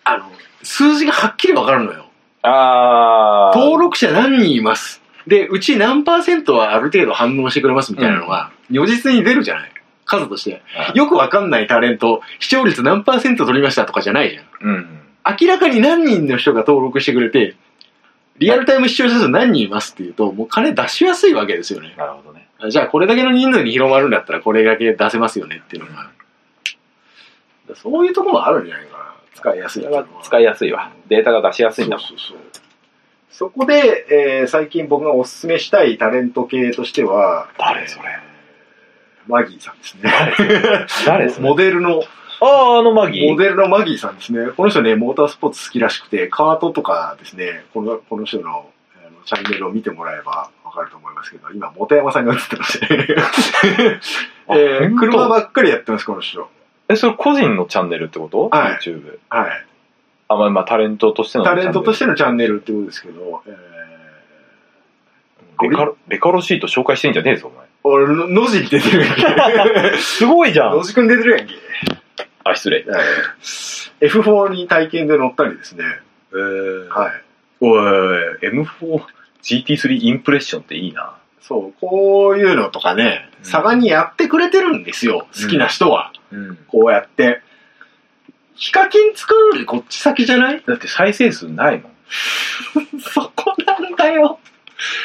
[SPEAKER 1] あの、数字がはっきりわかるのよ。
[SPEAKER 2] あー。
[SPEAKER 1] 登録者何人います。で、うち何パーセントはある程度反応してくれますみたいなのが、如実に出るじゃない数として。よくわかんないタレント、視聴率何パーセント取りましたとかじゃないじゃん。
[SPEAKER 2] うん。
[SPEAKER 1] 明らかに何人の人が登録してくれて、
[SPEAKER 5] リアルタイム視聴者数何人いますっていうと、もう金出しやすいわけですよね。
[SPEAKER 6] なるほどね。
[SPEAKER 5] あじゃあこれだけの人数に広まるんだったらこれだけ出せますよねっていうのが、そういうところもあるんじゃないかな使いやすい
[SPEAKER 2] それは使いやすいわ。データが出しやすいんだもん。
[SPEAKER 5] そうそうそう
[SPEAKER 1] そこで、えー最近僕がおすすめしたいタレント系としては、
[SPEAKER 6] 誰それ。
[SPEAKER 1] マギーさんですね。
[SPEAKER 2] 誰
[SPEAKER 1] モデルの、
[SPEAKER 2] ああ、あのマギ
[SPEAKER 1] モ
[SPEAKER 2] ー。
[SPEAKER 1] デルのマギーさんですね。この人ね、モータースポーツ好きらしくて、カートとかですね、このこの人のあのチャンネルを見てもらえばわかると思いますけど、今、元山さんが映ってまして、えー
[SPEAKER 2] 本当
[SPEAKER 1] 車ばっかりやってます、この人。
[SPEAKER 2] え、それ個人のチャンネルってこと
[SPEAKER 1] はい
[SPEAKER 2] ?YouTube。
[SPEAKER 1] はい。
[SPEAKER 2] あ、まあまあ、タレントとしてのチ
[SPEAKER 1] タ
[SPEAKER 2] ャンネル。
[SPEAKER 1] レントとしてのチャンネルってことですけど、えー
[SPEAKER 2] レカロ。レカロシート紹介してんじゃねえぞ、お前。
[SPEAKER 1] 俺の、野次に出てるやんけ。
[SPEAKER 2] すごいじゃん
[SPEAKER 1] 野。次くん出てるやんけ。
[SPEAKER 2] あ、失礼。
[SPEAKER 1] えー F4 に体験で乗ったりですね。
[SPEAKER 6] えー、
[SPEAKER 1] はい。
[SPEAKER 6] おい、M4、GT3 インプレッションっていいな。
[SPEAKER 1] そう、こういうのとかね、
[SPEAKER 6] うん
[SPEAKER 1] 佐賀にやってくれてるんですよ、好きな人は。
[SPEAKER 6] うん。
[SPEAKER 1] こうやって。ヒカキン作るよりこっち先じゃない
[SPEAKER 6] だって再生数ないもん。
[SPEAKER 1] そこなんだよ。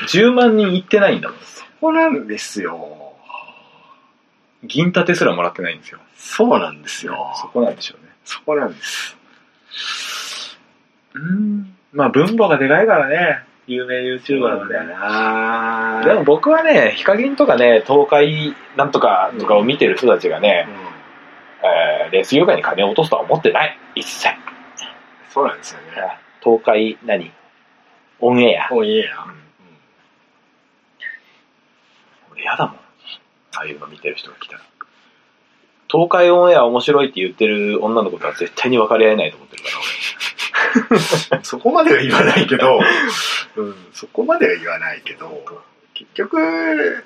[SPEAKER 6] 10万人いってないんだもん。
[SPEAKER 1] そこなんですよ。
[SPEAKER 6] 銀盾すらもらってないんですよ。
[SPEAKER 1] そうなんですよ。
[SPEAKER 6] そこなんでしょうね。
[SPEAKER 1] そこなんです。
[SPEAKER 6] うん。まあ、分母がでかいからね。有名 YouTuber
[SPEAKER 1] なんだよな
[SPEAKER 2] でも僕はね、ヒカキンとかね、東海なんとかとかを見てる人たちがね、
[SPEAKER 1] うん
[SPEAKER 2] えーレース業界に金を落とすとは思ってない。一切。
[SPEAKER 1] そうなんですよね。
[SPEAKER 2] 東海、何オンエア。
[SPEAKER 1] もういいや。
[SPEAKER 6] 俺やだもん。ああいうの見てる人が来たら。
[SPEAKER 2] 東海オンエア面白いって言ってる女の子とは絶対に分かり合えないと思ってるから、
[SPEAKER 1] そこまでは言わないけ ど、うん、そこまでは言わないけど、
[SPEAKER 5] 結局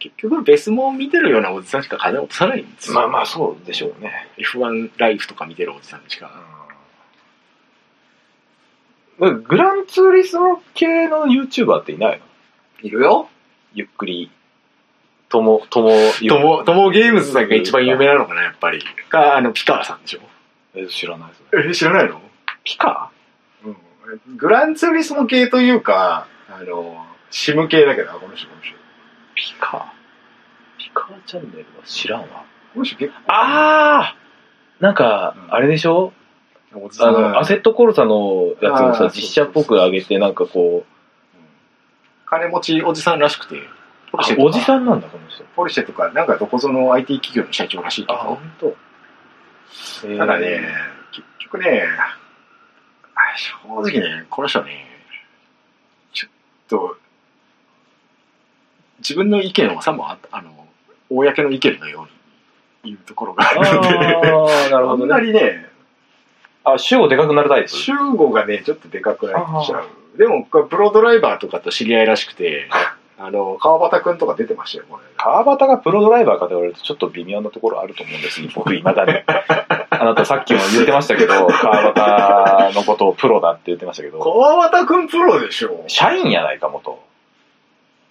[SPEAKER 5] 結局ベスモン見てるようなおじさんしか金落とさないんです
[SPEAKER 2] 俺。
[SPEAKER 5] よ、
[SPEAKER 2] まあまあ、そうでしょうね。
[SPEAKER 5] F1 ライフとか見てるおじさんしか
[SPEAKER 2] グランツーリスモ系の YouTuber っていないの
[SPEAKER 5] いるよ
[SPEAKER 2] ゆっくり、とも、とも、
[SPEAKER 5] トモトモゲームズさんが一番有名なのかなやっぱりかあのピカーさんでしょ
[SPEAKER 2] え知らないですね。
[SPEAKER 1] え、知らないの
[SPEAKER 2] ピカ
[SPEAKER 1] うんグランツーリスモ系というか、あの、シム系だけど、あこの人、この人。
[SPEAKER 2] ピカピカチャンネルは知らんわ。
[SPEAKER 1] この人結構、
[SPEAKER 2] あーなんか
[SPEAKER 1] う、ん
[SPEAKER 2] あれでしょ、
[SPEAKER 1] おじ
[SPEAKER 2] あ
[SPEAKER 1] さん
[SPEAKER 2] の、アセットコルサのやつを
[SPEAKER 1] あ
[SPEAKER 2] さ
[SPEAKER 1] ー、
[SPEAKER 2] 実写っぽく上げて、なんかこう、
[SPEAKER 1] 金持ちおじさんらしくて、ポルシェとか
[SPEAKER 2] おじさんなんだ、この人。
[SPEAKER 1] ポルシェとか、なんかどこぞの IT 企業の社長らしいけ
[SPEAKER 2] あ、
[SPEAKER 1] ど、
[SPEAKER 2] 本当。えー
[SPEAKER 1] ただね、結局ね、あ正直ね、この人ね、ちょっと、自分の意見をさもあ、あの、公の意見のように言うところがあ
[SPEAKER 2] あ
[SPEAKER 1] るので、
[SPEAKER 2] ー、なる
[SPEAKER 1] あ
[SPEAKER 2] ほ
[SPEAKER 1] ん
[SPEAKER 2] ど
[SPEAKER 1] ま
[SPEAKER 2] ね。
[SPEAKER 1] りね、
[SPEAKER 2] あ、主語でかくなるタイプ。
[SPEAKER 1] 集合がね、ちょっとでかくなっちゃう。でも、これプロドライバーとかと知り合いらしくて、あの、川端くんとか出てましたよ、これ。
[SPEAKER 2] 川端がプロドライバーかと言われるとちょっと微妙なところあると思うんです僕いま だにあなたさっきも言ってましたけど川端のことをプロだって言ってましたけど
[SPEAKER 1] 川端くんプロでしょ
[SPEAKER 2] 社員やないか元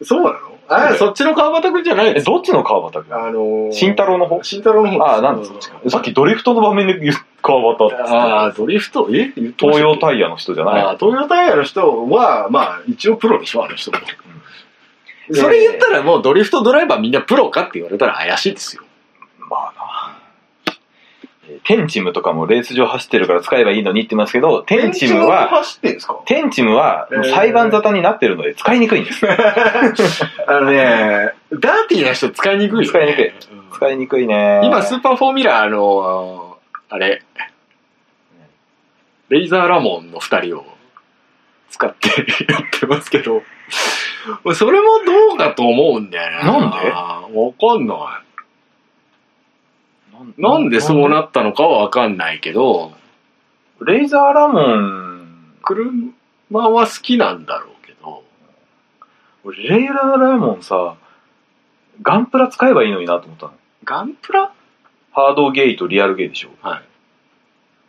[SPEAKER 1] そうなのあ、そ
[SPEAKER 5] そっちの川端くんじゃない
[SPEAKER 2] え
[SPEAKER 5] です
[SPEAKER 2] どっちの川端君
[SPEAKER 1] あのー、
[SPEAKER 2] 慎太郎の方
[SPEAKER 1] 慎太郎の方
[SPEAKER 2] ああなんだ
[SPEAKER 1] そっちか
[SPEAKER 2] さっきドリフトの場面で言う川端
[SPEAKER 5] ああドリフトえ言ってました
[SPEAKER 2] 東
[SPEAKER 5] っ
[SPEAKER 2] 洋
[SPEAKER 5] け
[SPEAKER 2] タイヤの人じゃ
[SPEAKER 5] あ
[SPEAKER 2] ない
[SPEAKER 5] あ
[SPEAKER 1] 東洋タイヤの人は、まあ、一応プロでしょ、あの人も。
[SPEAKER 2] うん
[SPEAKER 5] それ言ったらもうドリフトドライバーみんなプロかって言われたら怪しいですよ
[SPEAKER 2] まあなえテンチムとかもレース上走ってるから使えばいいのにって言いますけどテンチム
[SPEAKER 1] 電池も
[SPEAKER 2] は
[SPEAKER 1] 走ってんですか
[SPEAKER 2] テンチムは裁判沙汰になってるので使いにくいんです
[SPEAKER 5] あのねダーティーな人使いにくいよ、ね、
[SPEAKER 2] 使いにくい
[SPEAKER 5] うん
[SPEAKER 2] 使いにくいね
[SPEAKER 5] 今、スーパーフォーミュラーあの、あれ、レイザーラモンの二人を使ってやってますけど、それもどうかと思うんだよね。
[SPEAKER 2] なんで
[SPEAKER 5] わかんない。なんでそうなったのかはわかんないけど、
[SPEAKER 2] レイザーラモン、
[SPEAKER 5] 車は好きなんだろうけど、
[SPEAKER 2] 俺レイザーラモンさ、ガンプラ使えばいいのになと思ったの。
[SPEAKER 5] ガンプラ
[SPEAKER 2] ハードゲイとリアルゲイでしょ。
[SPEAKER 5] はい。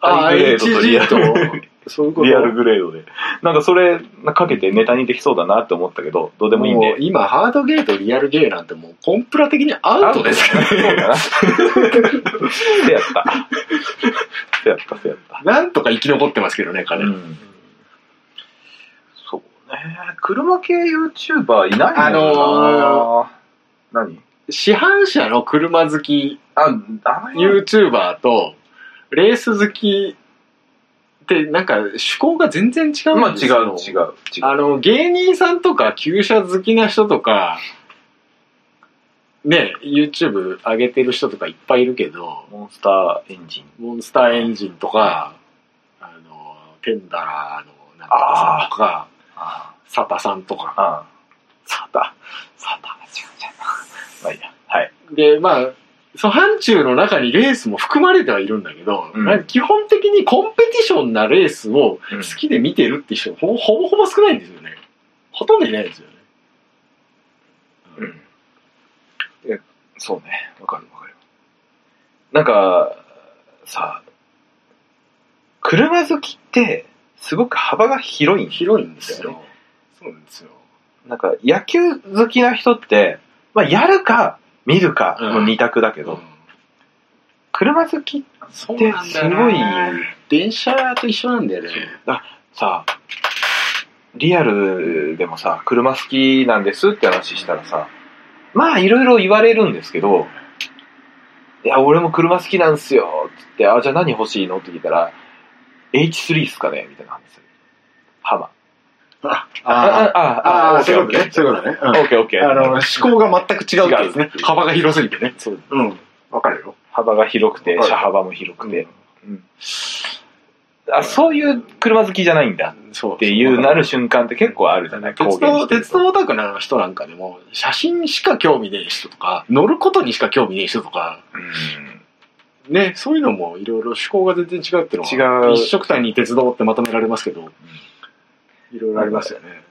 [SPEAKER 2] ハイグレードとリア
[SPEAKER 5] HG
[SPEAKER 2] ル
[SPEAKER 5] と、 そういうこと
[SPEAKER 2] リアルグレードで。なんかそれかけてネタにできそうだなって思ったけど、どうでもいいん
[SPEAKER 5] もう
[SPEAKER 2] で。
[SPEAKER 5] 今、ハードゲート、リアルゲーなんてもうコンプラ的にアウトですから
[SPEAKER 2] そうだな。せやった。せやった、せやった。
[SPEAKER 5] なんとか生き残ってますけどね、彼ら。
[SPEAKER 2] そうえー車系 YouTuber いない
[SPEAKER 1] あ
[SPEAKER 2] の
[SPEAKER 1] の
[SPEAKER 2] 何
[SPEAKER 1] 市販車の車好き
[SPEAKER 2] あ、あの
[SPEAKER 1] YouTuber と、レース好きって、なんか趣向が全然違う
[SPEAKER 2] まあ
[SPEAKER 1] んです
[SPEAKER 2] 違
[SPEAKER 1] よ。
[SPEAKER 2] う違う違う。
[SPEAKER 1] あの、芸人さんとか、旧車好きな人とか、ね、YouTube 上げてる人とかいっぱいいるけど、
[SPEAKER 2] モンスターエンジン。
[SPEAKER 1] モンスターエンジンとか、あの、テンダラーのなんとかさんとか、
[SPEAKER 2] あ
[SPEAKER 1] サタさんとか、
[SPEAKER 2] あ。
[SPEAKER 1] サタ、サタ、違う違う。
[SPEAKER 2] まあいいや。はい。
[SPEAKER 1] で、まあ、その範疇の中にレースも含まれてはいるんだけど、
[SPEAKER 2] うん
[SPEAKER 1] なんか基本的にコンペティションなレースを
[SPEAKER 2] うん
[SPEAKER 1] 好きで見てるって人、ほぼほぼほぼ少ないんですよね。ほとんどいないですよね。
[SPEAKER 2] うん。えそうね。わかるわかる。なんか、さ、車好きって、すごく幅が広いん
[SPEAKER 1] 広いんです
[SPEAKER 2] だよ
[SPEAKER 1] よ
[SPEAKER 2] ね。。
[SPEAKER 7] そうなんですよ。
[SPEAKER 2] なんか、野球好きな人って、まあ、やるか、見るかの二択だけど、車好き
[SPEAKER 1] そうう
[SPEAKER 2] なんだよな
[SPEAKER 1] 電車と一緒なんだよね。
[SPEAKER 2] さリアルでもさ車好きなんですって話したらさまあいろいろ言われるんですけど「いや俺も車好きなんすよ」っつって「あじゃあ何欲しいの?」って聞いたら「H3 っすかね?」みたいな話するハマ
[SPEAKER 7] あ、
[SPEAKER 1] あ
[SPEAKER 7] あ
[SPEAKER 2] あ
[SPEAKER 7] あ、そういうことね。そういうことね。
[SPEAKER 2] オッケーオッケ
[SPEAKER 7] うんあ
[SPEAKER 2] ー
[SPEAKER 7] の、思考が全く違うってこと
[SPEAKER 2] 違
[SPEAKER 7] ね
[SPEAKER 2] うっていう。
[SPEAKER 7] 幅が広すぎてね。
[SPEAKER 2] そう
[SPEAKER 7] うん。わかるよ。
[SPEAKER 2] 幅が広くて
[SPEAKER 7] はい
[SPEAKER 2] 車幅も広くて、うんあ
[SPEAKER 7] い
[SPEAKER 2] そういう車好きじゃないんだ
[SPEAKER 1] そう。
[SPEAKER 2] っていうなる瞬間って結構あるじゃない
[SPEAKER 1] 鉄
[SPEAKER 2] 公言し
[SPEAKER 1] 道、
[SPEAKER 2] てると
[SPEAKER 1] 鉄道オタクの人なんかでも、写真しか興味ねえ人とか、乗ることにしか興味ねえ人とか、
[SPEAKER 2] うん
[SPEAKER 1] ね、そういうのもいろいろ趣向が全然違うっていうの
[SPEAKER 2] 違
[SPEAKER 1] は、
[SPEAKER 2] う
[SPEAKER 1] 一色単に鉄道ってまとめられますけど、いろいろありますよね。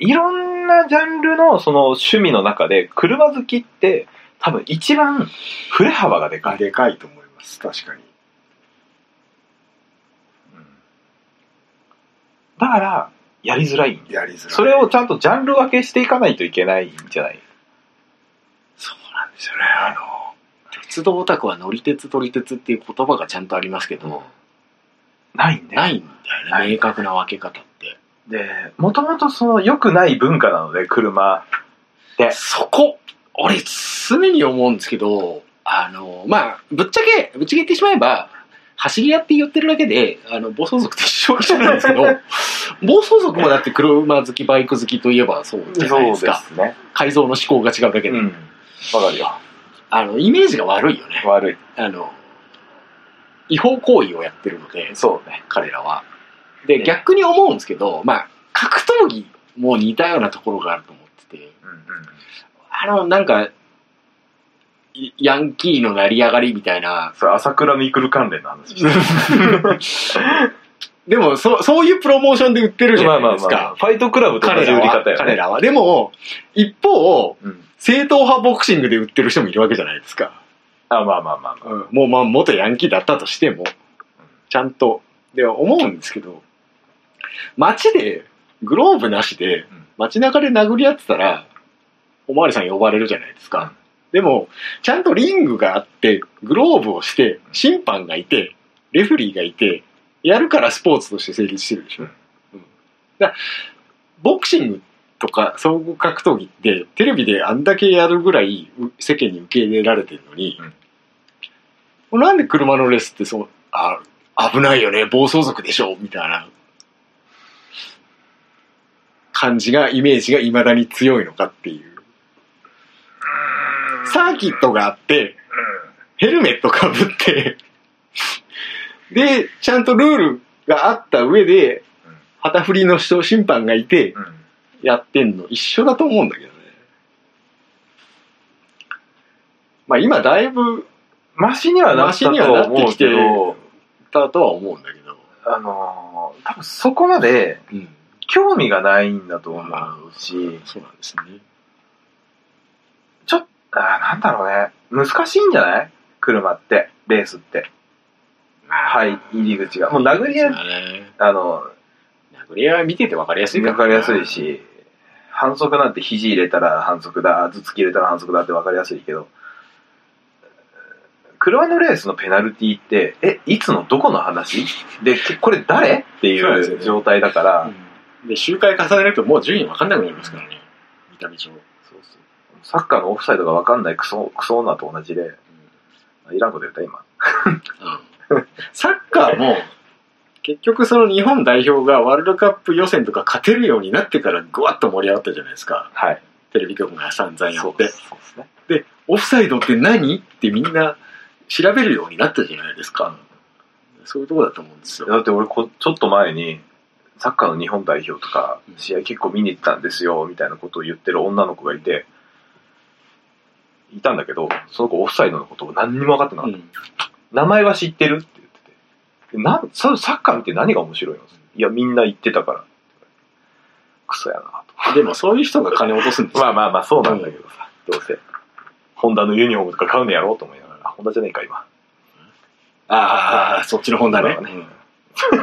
[SPEAKER 2] いろんなジャンルのその趣味の中で車好きって多分一番振れ幅がでか
[SPEAKER 7] あ、
[SPEAKER 2] い、
[SPEAKER 7] でかいと思います。確かに。
[SPEAKER 2] だからやりづらいんだよ
[SPEAKER 7] やりづらい。
[SPEAKER 2] それをちゃんとジャンル分けしていかないといけないんじゃない
[SPEAKER 7] そうなんですよね。あの、
[SPEAKER 1] 鉄道オタクは乗り鉄乗り鉄っていう言葉がちゃんとありますけど、
[SPEAKER 2] ないんだよ
[SPEAKER 1] ないんだよ
[SPEAKER 2] ない
[SPEAKER 1] ね、明確な分け方って。
[SPEAKER 2] でもともとその良くない文化なので車
[SPEAKER 1] そこ、俺常に思うんですけど、あの、まあ、ぶっちゃけ、ぶっちゃけ言ってしまえば、走り屋って言ってるだけで、あの、暴走族と一緒一緒なんです けど、暴走族もだって車好き、バイク好きといえばそうじゃないですか。
[SPEAKER 2] ね
[SPEAKER 1] 改造の思考が違うだけで。
[SPEAKER 2] うんわかるよ
[SPEAKER 1] あの、イメージが悪いよね。
[SPEAKER 2] 悪い
[SPEAKER 1] あの、違法行為をやってるので、
[SPEAKER 2] そうね
[SPEAKER 1] 彼らは。で、
[SPEAKER 2] ね
[SPEAKER 1] 逆に思うんですけど、まあ、格闘技も似たようなところがあると思ってて、
[SPEAKER 2] うん
[SPEAKER 1] あの、なんか、いヤンキーの成り上がりみたいな、
[SPEAKER 2] それ朝倉未来関連の話して
[SPEAKER 1] でも、そそういうプロモーションで売ってるじ
[SPEAKER 2] るま
[SPEAKER 1] ゃ
[SPEAKER 2] あま
[SPEAKER 1] ない
[SPEAKER 2] あ
[SPEAKER 1] です
[SPEAKER 2] まあ
[SPEAKER 1] か。
[SPEAKER 2] ファイトクラブと同
[SPEAKER 1] 彼
[SPEAKER 2] じ
[SPEAKER 1] ら
[SPEAKER 2] 売り
[SPEAKER 1] は
[SPEAKER 2] 方、よ
[SPEAKER 1] 彼
[SPEAKER 2] ね
[SPEAKER 1] らは。でも、一方、
[SPEAKER 2] うん
[SPEAKER 1] 正統派ボクシングで売ってる人もいるわけじゃないですか。
[SPEAKER 2] あまあまあまあまあ
[SPEAKER 1] もうまあ元ヤンキーだったとしても、ちゃんと。で、思うんですけど、街で、グローブなしで
[SPEAKER 2] ん、
[SPEAKER 1] 街中で殴り合ってたら、おまわりさん呼ばれるじゃないですか。でも、ちゃんとリングがあって、グローブをして、審判がいて、レフェリーがいて、やるからスポーツとして成立してるでしょ。
[SPEAKER 2] うん
[SPEAKER 1] うんだからボクシングとか総合格闘技って、テレビであんだけやるぐらいう世間に受け入れられてるのに、なんで車のレースってそう、あ、危ないよね、暴走族でしょ、みたいな感じが、イメージが未だに強いのかっていう。サーキットがあって、ヘルメットかぶって、で、ちゃんとルールがあった上で
[SPEAKER 2] うん、
[SPEAKER 1] 旗振りの人、審判がいて、
[SPEAKER 2] うん
[SPEAKER 1] やってんの一緒だと思うんだけどね。まあ今だいぶ
[SPEAKER 2] マシにはなったとは思うけ
[SPEAKER 1] マシには
[SPEAKER 2] ど、
[SPEAKER 1] だとは思うんだけど。
[SPEAKER 2] あのー、多分そこまで
[SPEAKER 1] うん。
[SPEAKER 2] 興味がないんだと思うし、
[SPEAKER 1] そうなんですね。
[SPEAKER 2] ちょっと、あーなんだろうね、難しいんじゃない車って、レースって。はい、入り口が。もう殴り合い、あの、
[SPEAKER 1] 殴り合いは見てて分かりやすい
[SPEAKER 2] 分かりやすい。し、反則なんて肘入れたら反則だ、頭突き入れたら反則だって分かりやすいけど、車のレースのペナルティって、え、いつのどこの話で、これ誰って
[SPEAKER 1] そうですよ
[SPEAKER 2] いう
[SPEAKER 1] ね
[SPEAKER 2] 状態だから、
[SPEAKER 1] うんで、周回重ねるともう順位分かんなくなりますからね。見た目上。
[SPEAKER 2] そうそう。サッカーのオフサイドが分かんないクソ、クソ女と同じで、いらんこと言った今。
[SPEAKER 1] うんサッカーも、結局その日本代表がワールドカップ予選とか勝てるようになってからぐわっと盛り上がったじゃないですか。
[SPEAKER 2] はい。
[SPEAKER 1] テレビ局が散々や
[SPEAKER 2] そう
[SPEAKER 1] っ
[SPEAKER 2] で
[SPEAKER 1] て。
[SPEAKER 2] すそうですね。
[SPEAKER 1] オフサイドって何ってみんな調べるようになったじゃないですか。そういうとこだと思うんです
[SPEAKER 2] だ
[SPEAKER 1] よ。
[SPEAKER 2] って俺こ、ちょっと前に、サッカーの日本代表とか、試合結構見に行ったんですよ、みたいなことを言ってる女の子がいて、いたんだけど、その子オフサイドのことを何にも分かってな
[SPEAKER 1] う
[SPEAKER 2] かった。
[SPEAKER 1] ん。
[SPEAKER 2] 名前は知ってるって言ってて。でなんササッカー見て何が面白いのいや、みんな言ってたから。クソやなと。
[SPEAKER 1] でもそういう人が金落とすんですよ。
[SPEAKER 2] まあまあまあ、そうなんだけどさ、どうせ。ホンダのユニフォームとか買うのやろうと思いながら、ホンダじゃねえか、今。
[SPEAKER 1] ああ、そっちの本だね。
[SPEAKER 2] そうだ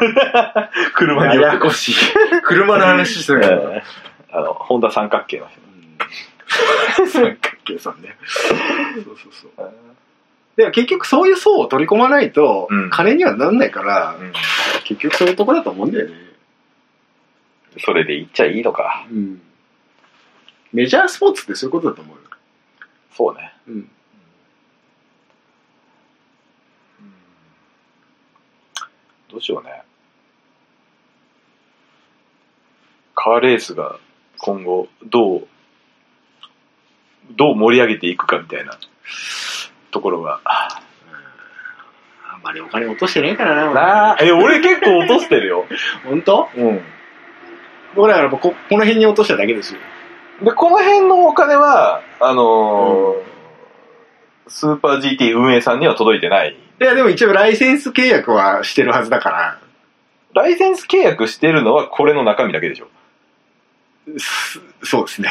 [SPEAKER 1] うん
[SPEAKER 2] 車
[SPEAKER 1] や
[SPEAKER 2] によっ
[SPEAKER 1] や
[SPEAKER 2] て
[SPEAKER 1] こしい。車の話してるからね。
[SPEAKER 2] あの、ホンダ三角形の人。
[SPEAKER 1] 三角形さんね。そうそうそう。でも結局そういう層を取り込まないと
[SPEAKER 2] うん、
[SPEAKER 1] 金にはなんないから、
[SPEAKER 2] うん
[SPEAKER 1] 結局そういうとこだと思うんだよね。
[SPEAKER 2] それで行っちゃいいのか。
[SPEAKER 1] うん。メジャースポーツってそういうことだと思うよ。
[SPEAKER 2] そうね。
[SPEAKER 1] うん。
[SPEAKER 2] どうしようね。カーレースが今後どう、どう盛り上げていくかみたいなところが。
[SPEAKER 1] あんまりお金落としてねえからな、俺
[SPEAKER 2] なあ、え、俺結構落としてるよ。
[SPEAKER 1] 本当
[SPEAKER 2] うん。
[SPEAKER 1] 僕だからもうここの辺に落としただけですよ。
[SPEAKER 2] で、この辺のお金は、あのースーパー GT 運営さんには届いてない。
[SPEAKER 1] いや、でも一応ライセンス契約はしてるはずだから、
[SPEAKER 2] ライセンス契約してるのはこれの中身だけ でしょ。
[SPEAKER 1] すそうですね。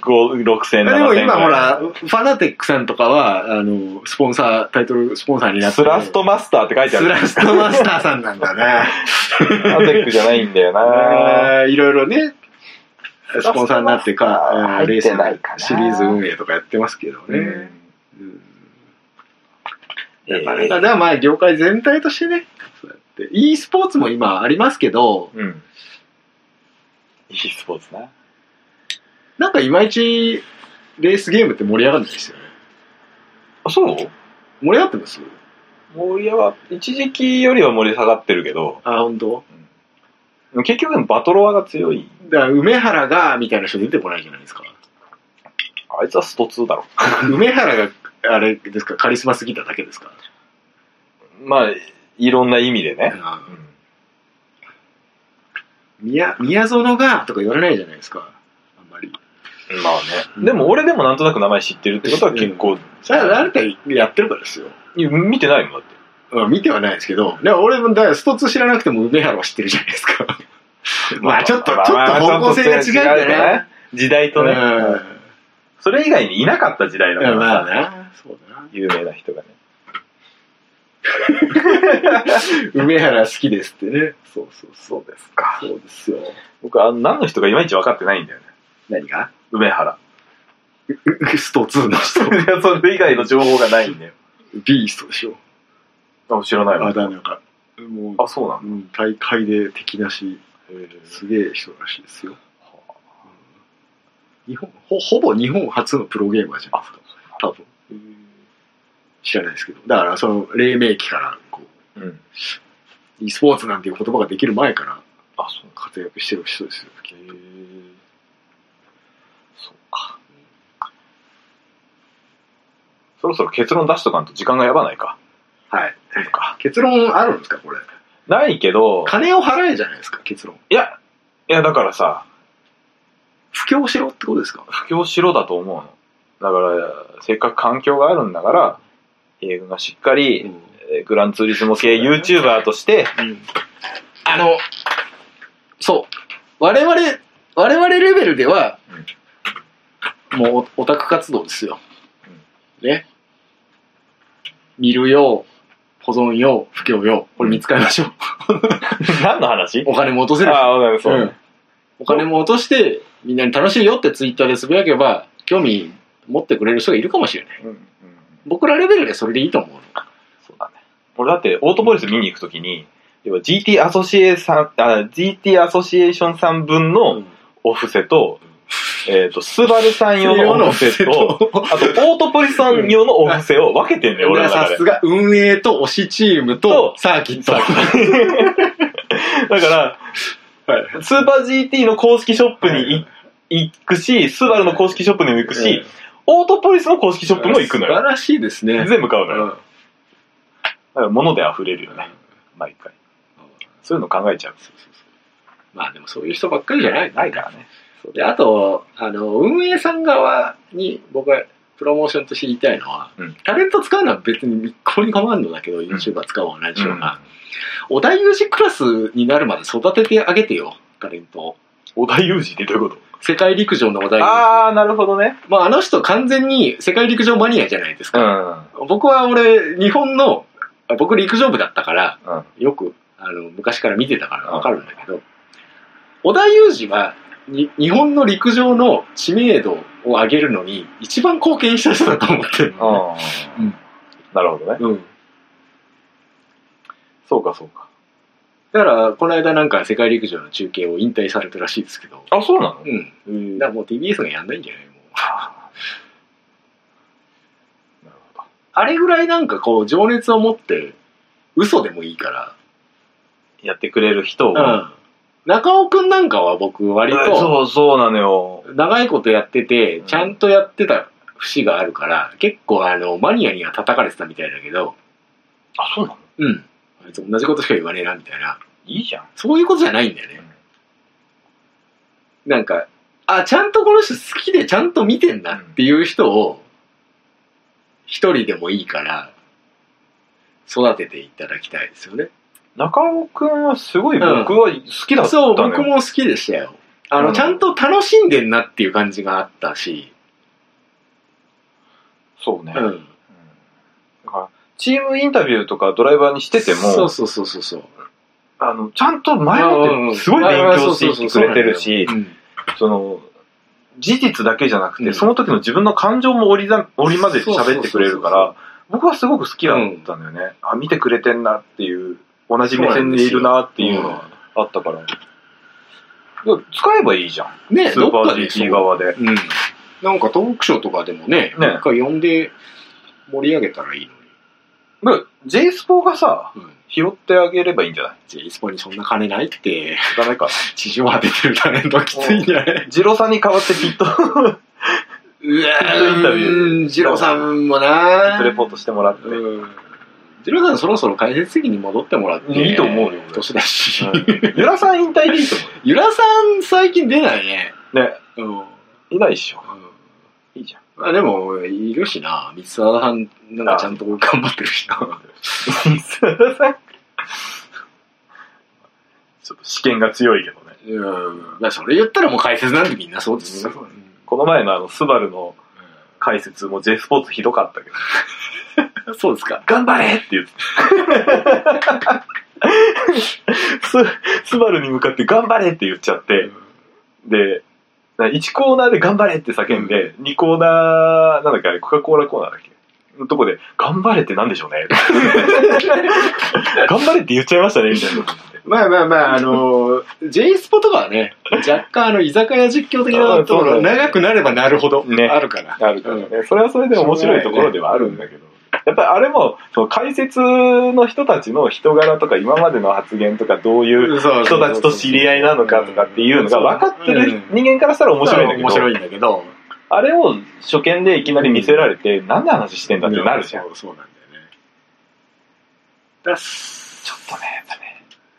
[SPEAKER 2] 5、6000円、
[SPEAKER 1] でも今ほら、
[SPEAKER 2] 7000
[SPEAKER 1] ファナテックさんとかは、あの、スポンサー、タイトルスポンサーに
[SPEAKER 2] ぐ
[SPEAKER 1] な
[SPEAKER 2] ら
[SPEAKER 1] っ
[SPEAKER 2] い
[SPEAKER 1] て
[SPEAKER 2] スラストマスターって書いてあ
[SPEAKER 1] ス
[SPEAKER 2] る。
[SPEAKER 1] ラストマスターさんなんだね。
[SPEAKER 2] アテックじゃないんだよな
[SPEAKER 1] えーいろいろね、
[SPEAKER 2] ラス
[SPEAKER 1] ス
[SPEAKER 2] トマスター
[SPEAKER 1] ポンサーになってか、えーレー
[SPEAKER 2] 入っ
[SPEAKER 1] ス
[SPEAKER 2] て
[SPEAKER 1] の
[SPEAKER 2] ないかな
[SPEAKER 1] シリーズ運営とかやってますけど
[SPEAKER 2] う
[SPEAKER 1] ね。
[SPEAKER 2] ん
[SPEAKER 1] うん
[SPEAKER 2] え
[SPEAKER 1] まあだか
[SPEAKER 2] ー
[SPEAKER 1] らまあ業界全体としてね、そうやって。e スポーツも今ありますけど、
[SPEAKER 2] うん。いいスポーツな。
[SPEAKER 1] なんかいまいちレースゲームって盛り上がんないですよね。
[SPEAKER 2] あ、そう
[SPEAKER 1] 盛り上がってます
[SPEAKER 2] 盛り上がっ一時期よりは盛り下がってるけど、
[SPEAKER 1] あ、本当。
[SPEAKER 2] 結局でもバトロワが強い。
[SPEAKER 1] だから梅原が、みたいな人出てこないじゃないです か。
[SPEAKER 2] あいつはスト2だろ。
[SPEAKER 1] 梅原が、あれですか、カリスマすぎただけですか。
[SPEAKER 2] まあ、いろんな意味でね。うん
[SPEAKER 1] 宮、宮園が、とか言われないじゃないですか。あんまり。
[SPEAKER 2] まあね。でも俺でもなんとなく名前知ってるってことは結構、
[SPEAKER 1] それは誰かやってるからですよ。
[SPEAKER 2] いや見てないもんだって。
[SPEAKER 1] うん見てはないですけど、でも俺もだからストツー知らなくても梅原を知ってるじゃないですか。まあちょっと、ちょっと方向性が違うんだ
[SPEAKER 2] まあまあま
[SPEAKER 1] ね。
[SPEAKER 2] あ時代とね。それ以外にいなかった時代だ
[SPEAKER 1] う
[SPEAKER 2] か
[SPEAKER 1] ん。
[SPEAKER 2] ら
[SPEAKER 1] まあ
[SPEAKER 2] さ、
[SPEAKER 1] な。そうだな。
[SPEAKER 2] 有名な人がね。
[SPEAKER 1] 梅原好きですってね。そうそうそうですか。そうですよ。
[SPEAKER 2] 僕、あの、何の人がいまいち分かってないんだよね。
[SPEAKER 1] 何が
[SPEAKER 2] 梅原。
[SPEAKER 1] うストツーの人。
[SPEAKER 2] いや、それ以外の情報がないんだよ。
[SPEAKER 1] ビーストでしょ。
[SPEAKER 2] あ、知らないわ。
[SPEAKER 1] あだ名が。もう、
[SPEAKER 2] あ、そうなの
[SPEAKER 1] うん、大会で敵なし、すげえ人らしいですよ。日本ほほぼ日本初のプロゲーマーじゃないですか。多分。知らないですけど。だから、その、黎明期から、こう、
[SPEAKER 2] うん。
[SPEAKER 1] e スポーツなんていう言葉ができる前から
[SPEAKER 2] あ、そうか。
[SPEAKER 1] 活躍してる人ですよ。きっと
[SPEAKER 2] そうか。そろそろ結論出しとかんと時間がやばないか。
[SPEAKER 1] はい。
[SPEAKER 2] そうか。
[SPEAKER 1] 結論あるんですか、これ。
[SPEAKER 2] ないけど、
[SPEAKER 1] 金を払えじゃないですか、結論。
[SPEAKER 2] いや、いや、だからさ、
[SPEAKER 1] 布教しろってことですか
[SPEAKER 2] 布教しろだと思うの。だから、せっかく環境があるんだから、映画がしっかり、えーグランツーリスモ系 YouTuber として、
[SPEAKER 1] あの、そう。我々、我々レベルでは、もうオタク活動ですよ。ね。見るよ、保存よ、布教よ、これ見つかりましょう。
[SPEAKER 2] 何の話
[SPEAKER 1] お金も落とせるし。
[SPEAKER 2] ああ、わかる、そう。
[SPEAKER 1] うんお金も落として、みんなに楽しいよってツイッターでつぶやけば、興味持ってくれる人がいるかもしれない。
[SPEAKER 2] うんうん
[SPEAKER 1] 僕らレベルでそれでいいと思うの。
[SPEAKER 2] そうだね。俺だって、オートポリス見に行くときに、要は GT アソシエさん、あ、GT アソシエーションさん分のオフセと、えっ、と、スバルさん用のオフセと、あと、オートポリさん用のオフセを分けてんだよ、俺の中
[SPEAKER 1] さ。
[SPEAKER 2] です
[SPEAKER 1] が運営と推しチームと
[SPEAKER 2] と
[SPEAKER 1] サーキット。
[SPEAKER 2] だから、
[SPEAKER 1] はい
[SPEAKER 2] スーパー GT の公式ショップにい行くし、スバルの公式ショップにも行くし、オートポリスの公式ショップも行くの
[SPEAKER 1] 素
[SPEAKER 2] よ。
[SPEAKER 1] 晴らしいですね。
[SPEAKER 2] 全部買うの
[SPEAKER 1] う
[SPEAKER 2] よ。
[SPEAKER 1] ん
[SPEAKER 2] だから物で溢れるよね、毎回。そういうの考えちゃう。
[SPEAKER 1] まあでもそういう人ばっかりじゃない
[SPEAKER 2] ないからね。
[SPEAKER 1] であとあの運営さん側に僕はプロモーションとして言いたいのは、
[SPEAKER 2] うん
[SPEAKER 1] タレント使うのは別に一向に構わんのだけど、YouTuber 使おうが何しようが、織田裕二クラスになるまで育ててあげてよタレントを
[SPEAKER 2] 織田裕二ってどういうこと
[SPEAKER 1] 世界陸上の織田裕二
[SPEAKER 2] あー、なるほどね。
[SPEAKER 1] まああの人完全に世界陸上マニアじゃないです
[SPEAKER 2] う
[SPEAKER 1] か、
[SPEAKER 2] ん。
[SPEAKER 1] 僕は俺日本のあ僕陸上部だったから、
[SPEAKER 2] うん
[SPEAKER 1] よくあの昔から見てたからわかるんだけど、織田裕二はに日本の陸上の知名度を上げるのに一番貢献した人だと思ってるのね、
[SPEAKER 2] あー
[SPEAKER 1] うん
[SPEAKER 2] なるほどね。
[SPEAKER 1] うん、
[SPEAKER 2] そうか、そうか。
[SPEAKER 1] だからこの間なんか世界陸上の中継を引退されたらしいですけど、
[SPEAKER 2] あ、そうなの
[SPEAKER 1] うん、
[SPEAKER 2] えー
[SPEAKER 1] だからもう TBS がやんないんじゃないもう
[SPEAKER 2] なるほ
[SPEAKER 1] あれぐらいなんかこう情熱を持って嘘でもいいから、
[SPEAKER 2] どやってくれる人を。
[SPEAKER 1] うん、中尾くんなんかは僕割と、
[SPEAKER 2] そう、そうなのよ。
[SPEAKER 1] 長いことやってて
[SPEAKER 2] うん
[SPEAKER 1] ちゃんとやってた節があるから結構あのマニアには叩かれてたみたいだけど
[SPEAKER 2] あ、そうなの
[SPEAKER 1] うんあいつ同じことしか言わねえなみたいない
[SPEAKER 2] いじゃん。
[SPEAKER 1] そういうことじゃないんだよねなんかあちゃんとこの人好きでちゃんと見てんなっていう人を一人でもいいから育てていただきたいですよね
[SPEAKER 2] 中尾くんはすごい
[SPEAKER 1] うん
[SPEAKER 2] 僕は好きだったの
[SPEAKER 1] そう
[SPEAKER 2] よ。
[SPEAKER 1] 僕も好きでしたよあの、
[SPEAKER 2] うん
[SPEAKER 1] ちゃんと楽しんでんなっていう感じがあったし
[SPEAKER 2] そうね。
[SPEAKER 1] う
[SPEAKER 2] うん
[SPEAKER 1] ん
[SPEAKER 2] だからチームインタビューとかドライバーにしてて
[SPEAKER 1] そう
[SPEAKER 2] も、
[SPEAKER 1] そうそうそうそう
[SPEAKER 2] あの、ちゃんと前もってすごい勉強していってくれてるし
[SPEAKER 1] う、ん
[SPEAKER 2] その、事実だけじゃなく
[SPEAKER 1] う
[SPEAKER 2] て、
[SPEAKER 1] ん
[SPEAKER 2] その時の自分の感情も織りざ織り交ぜて喋ってくれるか
[SPEAKER 1] そうそう
[SPEAKER 2] ら、僕はすごく好きだったんだよね。あ、見てくれてんなっていう、同じ目線にいるなっていうのがあったから。いや使えばいいじゃん。
[SPEAKER 1] ね
[SPEAKER 2] スーパ
[SPEAKER 1] どっ
[SPEAKER 2] ー
[SPEAKER 1] かで
[SPEAKER 2] GT 側で。
[SPEAKER 1] うん、なんかトークショーとかでもね、
[SPEAKER 2] ね
[SPEAKER 1] なんか呼んで盛り上げたらいいのに。
[SPEAKER 2] まあ J スポがさ、
[SPEAKER 1] うん。
[SPEAKER 2] 拾ってあげればいいんじゃない
[SPEAKER 1] J スポにそんな金ないって、
[SPEAKER 2] ダメか。
[SPEAKER 1] 地上波出てるタレントはきついんじゃない
[SPEAKER 2] ジロさんに代わってピット、
[SPEAKER 1] うわ
[SPEAKER 2] インタビュ
[SPEAKER 1] ー、ジローさんもな
[SPEAKER 2] レポートしてもらって。
[SPEAKER 1] うん。ジローさんそろそろ解説席に戻ってもらって。
[SPEAKER 2] いいと思うよ俺
[SPEAKER 1] 年だし。
[SPEAKER 2] ユラさん引退でいいと思
[SPEAKER 1] ゆらさん最近出ないね。
[SPEAKER 2] うよ。ね。
[SPEAKER 1] うん。うん
[SPEAKER 2] いないっしょ。いいじゃん。
[SPEAKER 1] まあでも、いるしな。三沢さん、なんかちゃんと頑張ってるしな。
[SPEAKER 2] ちょっと試験が強いけどね。
[SPEAKER 1] うん。まあそれ言ったらもう解説なんてみんなそうですよ。うん
[SPEAKER 2] この前のあの、スバルの解説も J スポーツひどかったけど。
[SPEAKER 1] そうですか。
[SPEAKER 2] 頑張れって言って。ススバルに向かって頑張れって言っちゃって、で、1コーナーで頑張れって叫んで、2コーナー、なんだっけあれ、コカ・コーラコーナーだっけのとこで、頑張れってなんでしょうね頑張れって言っちゃいましたね、みたいな。
[SPEAKER 1] まあまあまあ、あのー、J スポとかはね、若干あの、居酒屋実況的なところが長くなればなるほど、
[SPEAKER 2] ね
[SPEAKER 1] あるから。
[SPEAKER 2] あるからね、それはそれで面白いところではあるんだけど、やっぱりあれもその解説の人たちの人柄とか今までの発言とかどういう
[SPEAKER 1] そう
[SPEAKER 2] 人たちと知り合いなのかとかっていうのが分かってる
[SPEAKER 1] うん
[SPEAKER 2] 人間からしたら面白いんだけど、
[SPEAKER 1] 面白いんだけど。
[SPEAKER 2] あれを初見でいきなり見せられて、なんで話してんだってなるじゃん、
[SPEAKER 1] そうそうなんだよね。だちょっとね、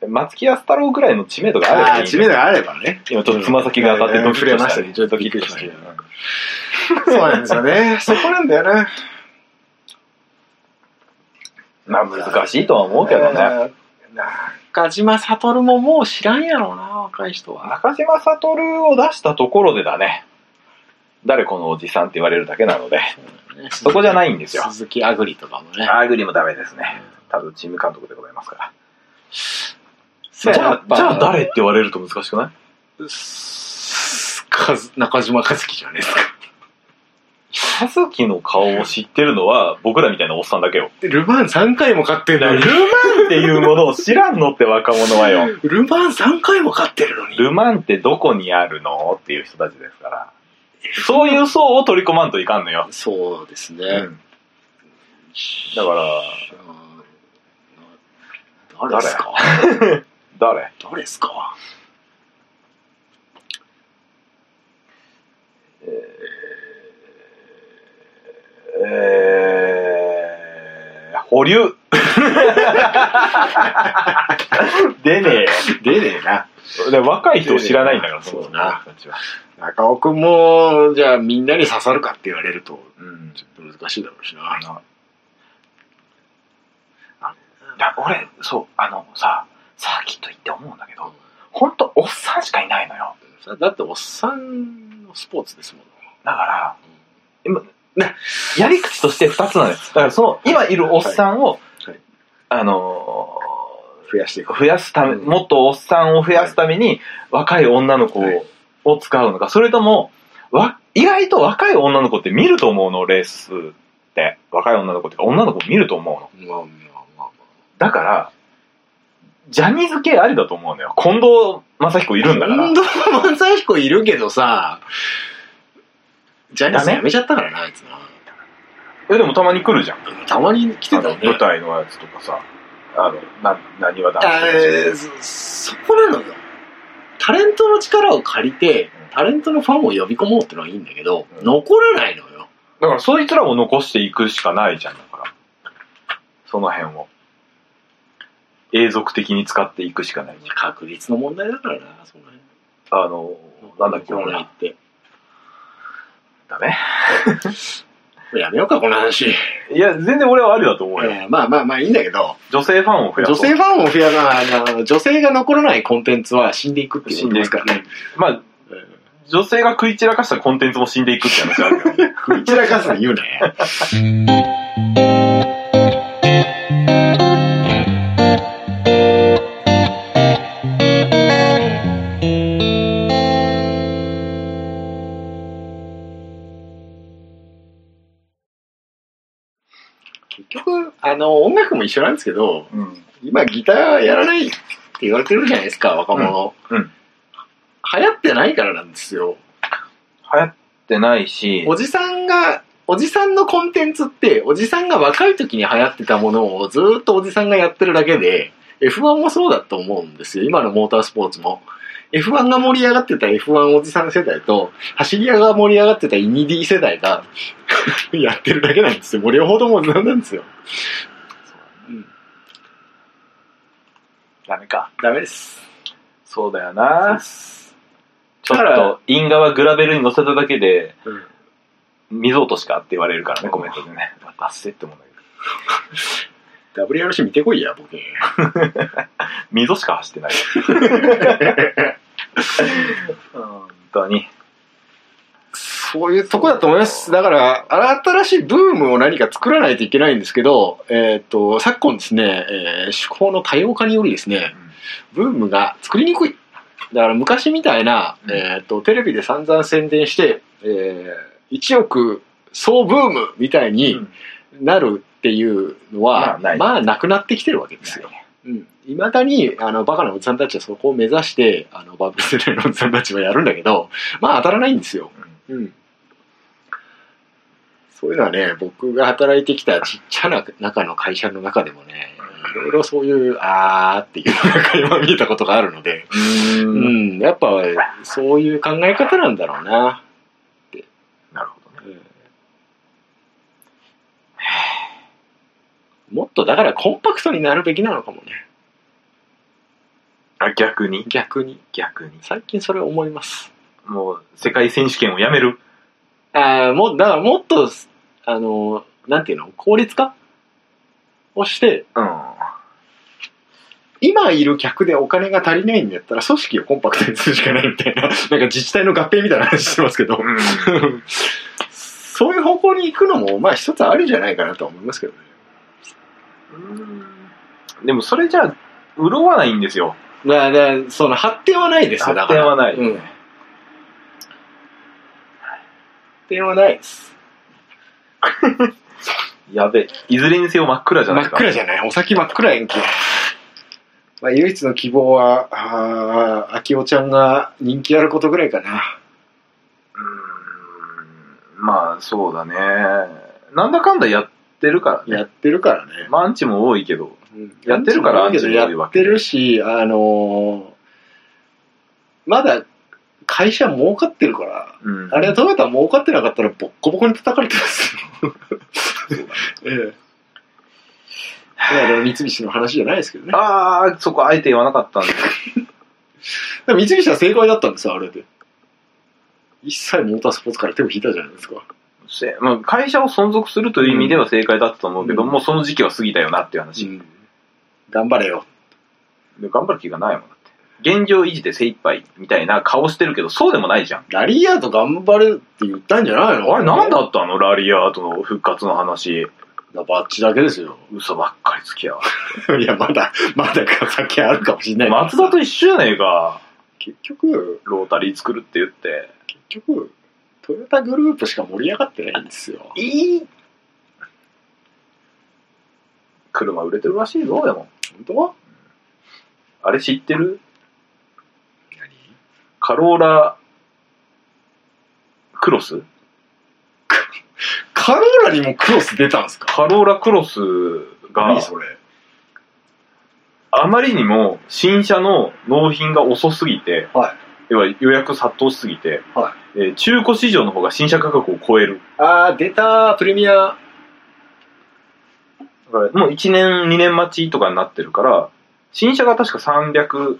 [SPEAKER 2] 松木安太郎ぐらいの知名度があれば
[SPEAKER 1] あ
[SPEAKER 2] い
[SPEAKER 1] あ、
[SPEAKER 2] い
[SPEAKER 1] 知名度があればね。
[SPEAKER 2] 今ちょっとつま先が当たってドキッ
[SPEAKER 1] うん触れ
[SPEAKER 2] とした、
[SPEAKER 1] ましたねちょっと
[SPEAKER 2] ドキッとした
[SPEAKER 1] びっくりしましそうなんですよね。そこなんだよね。
[SPEAKER 2] まあ難しいとは思うけどね
[SPEAKER 1] 中島悟ももう知らんやろうな、若い人は。
[SPEAKER 2] 中島悟を出したところでだね誰このおじさんって言われるだけなのでそこじゃ
[SPEAKER 1] い
[SPEAKER 2] ないんで
[SPEAKER 1] です
[SPEAKER 2] よ
[SPEAKER 1] 鈴木アグリとかもね。
[SPEAKER 2] アーグリもダメですね。ただチーム監督でございますから。じ
[SPEAKER 1] じ
[SPEAKER 2] ゃあ、じゃあ誰って言われると難しくない
[SPEAKER 1] すかず中島和樹じゃないですか。
[SPEAKER 2] カズキの顔を知ってるのは僕らみたいなおっさんだけよ。
[SPEAKER 1] でルバーン3回も買ってん
[SPEAKER 2] だか
[SPEAKER 1] の
[SPEAKER 2] ら
[SPEAKER 1] に
[SPEAKER 2] ル。マンっていうものを知らんのって若者はよ。
[SPEAKER 1] ルバーン3回も買ってるのに。
[SPEAKER 2] ルマンってどこにあるのっていう人たちですから。そういう層を取り込まんといかんのよ。
[SPEAKER 1] そうですね。
[SPEAKER 2] うんだから、
[SPEAKER 1] うん誰ですか
[SPEAKER 2] 誰
[SPEAKER 1] 誰ですか
[SPEAKER 2] えー、保 留。出ねえよ。
[SPEAKER 8] 出ねえな。
[SPEAKER 2] で若い人を知らないんだから、
[SPEAKER 8] そうだ
[SPEAKER 2] の
[SPEAKER 8] な
[SPEAKER 2] 人たちは。
[SPEAKER 8] 中尾くんも、じゃあみんなに刺さるかって言われると、
[SPEAKER 2] うん。
[SPEAKER 8] ちょっと難しいだろうしな。
[SPEAKER 4] いや俺そうあのさサーキット行って思うんだけど本当おっさんしかいないのよ
[SPEAKER 1] それだっておっさんのスポーツですもん。
[SPEAKER 4] だから今なやり口として2つなのよだからその今いるおっさんを、
[SPEAKER 8] いはい
[SPEAKER 4] あの
[SPEAKER 8] 増やしていく
[SPEAKER 4] ー。増やすため
[SPEAKER 8] うん
[SPEAKER 4] もっとおっさんを増やすために若い女の子を,、
[SPEAKER 8] はい
[SPEAKER 4] 使うのかそれともわ意外と若い女の子って見ると思うのレースって若い女の子っていうか女の子見ると思うの
[SPEAKER 8] まあまあまあま
[SPEAKER 4] だからジャニーズ系ありだと思うのよ近藤正彦いるんだから
[SPEAKER 1] 運動漫才彦いるけどさ、ジャニーズやめちゃったからな、あいつな。
[SPEAKER 2] え、でもたまに来るじゃん。
[SPEAKER 1] たまに来て
[SPEAKER 2] あ
[SPEAKER 1] た
[SPEAKER 2] の
[SPEAKER 1] よね
[SPEAKER 2] 舞。台のやつとかさ、あの、な、なにわ男
[SPEAKER 1] あ
[SPEAKER 2] 子
[SPEAKER 1] ーそそこなのよ。タレントの力を借りて、タレントのファンを呼び込もうってのはいいんだけど、
[SPEAKER 2] うん
[SPEAKER 1] 残らないのよ。
[SPEAKER 2] だからそいつらを残していくしかないじゃん、だから。その辺を。永続的に使っていくしかないじゃん。
[SPEAKER 1] 確率の問題だからな、その辺。
[SPEAKER 2] あの、なんだっけ、
[SPEAKER 1] 残
[SPEAKER 2] 俺
[SPEAKER 1] らない
[SPEAKER 2] ら。
[SPEAKER 1] って。
[SPEAKER 2] だね。
[SPEAKER 1] やめようか、この話。
[SPEAKER 2] いや、全然俺はありだと思うよ。
[SPEAKER 1] えーまあまあまあいいんだけど、
[SPEAKER 2] 女性ファンを増やそ
[SPEAKER 1] 女
[SPEAKER 2] う。
[SPEAKER 1] 性ファンを増やさない、女性が残らないコンテンツは死んでいくっていうことですからね。
[SPEAKER 2] まあ、女性が食い散らかしたコンテンツも死んでいくって話あるけど。
[SPEAKER 8] あ。うちらかさん言うね。
[SPEAKER 1] 結局、あの、音楽も一緒なんですけど、
[SPEAKER 2] うん。
[SPEAKER 1] 今ギターやらないって言われてるじゃないですか、若者。
[SPEAKER 2] うんうん
[SPEAKER 1] 流行ってないからなんですよ。
[SPEAKER 2] 流行ってないし、
[SPEAKER 1] おじさんが、おじさんのコンテンツって、おじさんが若い時に流行ってたものをずーっとおじさんがやってるだけで、F1 もそうだと思うんですよ。今のモータースポーツも。F1 が盛り上がってた F1 おじさん世代と、走り屋が盛り上がってたイニディ世代が やってるだけなんですよ。もう両方ともなんなんですよ。
[SPEAKER 2] ダメか。
[SPEAKER 1] ダメです。
[SPEAKER 2] そうだよな。ちょ
[SPEAKER 1] だか
[SPEAKER 2] っ
[SPEAKER 1] ら
[SPEAKER 2] と、因果はグラベルに乗せただけで、
[SPEAKER 1] うん
[SPEAKER 2] 溝落としかって言われるからね、コメントで ね。あっせってもんだけど。
[SPEAKER 1] WRC 見てこいや、僕。
[SPEAKER 2] 溝しか走ってない。本当に。
[SPEAKER 1] そういうとこだと思います。だから、新しいブームを何か作らないといけないんですけど、えっ、と、昨今ですね、えー趣向の多様化によりですね、ブームが作りにくい。だから昔みたいな、
[SPEAKER 2] うん
[SPEAKER 1] えっ、と、テレビで散々宣伝して、えー、1億総ブームみたいになるっていうのは、
[SPEAKER 2] まあない
[SPEAKER 1] まあなくなってきてるわけですよ。いまだにあのバカなおじさんたちはそこを目指してあのバブル世代のおじさんたちはやるんだけどまあ当たらないんですよ、うんそういうのはね僕が働いてきたちっちゃな中の会社の中でもねいろいろそういうあーっていうのが垣間見えたことがあるので、
[SPEAKER 2] う
[SPEAKER 1] うん
[SPEAKER 2] ん。
[SPEAKER 1] やっぱそういう考え方なんだろうな、
[SPEAKER 2] なるほどね。
[SPEAKER 1] うんもっとだからコンパクトになるべきなのかもね
[SPEAKER 2] あ、逆に
[SPEAKER 1] 逆に
[SPEAKER 2] 逆に。
[SPEAKER 1] 最近それ思います
[SPEAKER 2] もう、世界選手権をやめる。
[SPEAKER 1] ああ、もう、だからもっと、あの、なんていうの、効率化をして、
[SPEAKER 2] うん。
[SPEAKER 1] 今いる客でお金が足りないんだったら、組織をコンパクトにするしかないみたいな、なん か自治体の合併みたいな話してますけど、そういう方向に行くのも、まあ一つあるんじゃないかなとは思いますけどね。
[SPEAKER 2] でも、それじゃあ、潤わないんですよ。
[SPEAKER 1] だから、だからその発展はないですよ、だ
[SPEAKER 2] 発
[SPEAKER 1] か
[SPEAKER 2] 展
[SPEAKER 1] ら。
[SPEAKER 2] はない。
[SPEAKER 1] うん。発展はないです。
[SPEAKER 2] やべえ。いずれにせよ真っ暗じゃない
[SPEAKER 1] 真っ
[SPEAKER 2] か。
[SPEAKER 1] 暗じゃないお先真っ暗やんけ。まあ、唯一の希望は、ああ、秋おちゃんが人気あることぐらいかな。
[SPEAKER 2] うーんまあ、そうだね。なんだかんだやってるからね。
[SPEAKER 1] やってるからね。
[SPEAKER 2] まあ、アンチも多いけど。
[SPEAKER 1] うん
[SPEAKER 2] やってるから
[SPEAKER 1] やってる
[SPEAKER 2] アンチも多い
[SPEAKER 1] や
[SPEAKER 2] わ
[SPEAKER 1] っ
[SPEAKER 2] け
[SPEAKER 1] てるし、あのーまだ会社儲かってるから、
[SPEAKER 2] うん。
[SPEAKER 1] あれはトヨタ儲かってなかったらボッコボコに叩かれてますよ。 ええ。いや、でも三菱の話じゃないですけどね。
[SPEAKER 2] ああ、そこあえて言わなかったんで。
[SPEAKER 1] でも三菱は正解だったんですよ、あれで。一切モータースポーツから手を引いたじゃないですか。
[SPEAKER 2] せまあ、会社を存続するという意味では正解だったと思うけど、
[SPEAKER 1] うん
[SPEAKER 2] もうその時期は過ぎたよなっていう話。
[SPEAKER 1] 頑張れよ。
[SPEAKER 2] で頑張る気がないもんだって。現状維持で精一杯みたいな顔してるけど、そうでもないじゃん。
[SPEAKER 1] ラリーアート頑張るって言ったんじゃないの
[SPEAKER 2] あれ、なんだったのラリアートの復活の話。
[SPEAKER 1] バッチだけですよ。
[SPEAKER 2] 嘘ばっかりつきやがっ
[SPEAKER 1] いや、まだ、まだ先あるかもしれな
[SPEAKER 2] て。
[SPEAKER 1] い。
[SPEAKER 2] 松田と一緒じゃねえか。
[SPEAKER 1] 結局、
[SPEAKER 2] ロータリー作るって言って。
[SPEAKER 1] 結局、トヨタグループしか盛り上がってないんですよ。
[SPEAKER 2] いい車売れてるらしいぞ、でも。
[SPEAKER 1] 本当
[SPEAKER 2] あれ知ってるカローラクロス
[SPEAKER 1] カローラにもクロス出たんですか
[SPEAKER 2] カローラクロスが
[SPEAKER 8] 何それ
[SPEAKER 2] あまりにも新車の納品が遅すぎて、
[SPEAKER 1] はい
[SPEAKER 2] 要は予約殺到しすぎて、
[SPEAKER 1] は
[SPEAKER 2] えー中古市場の方が新車価格を超える。
[SPEAKER 1] あー、出たプレミア。
[SPEAKER 2] だからもう1年、2年待ちとかになってるから、新車が確か300、うん、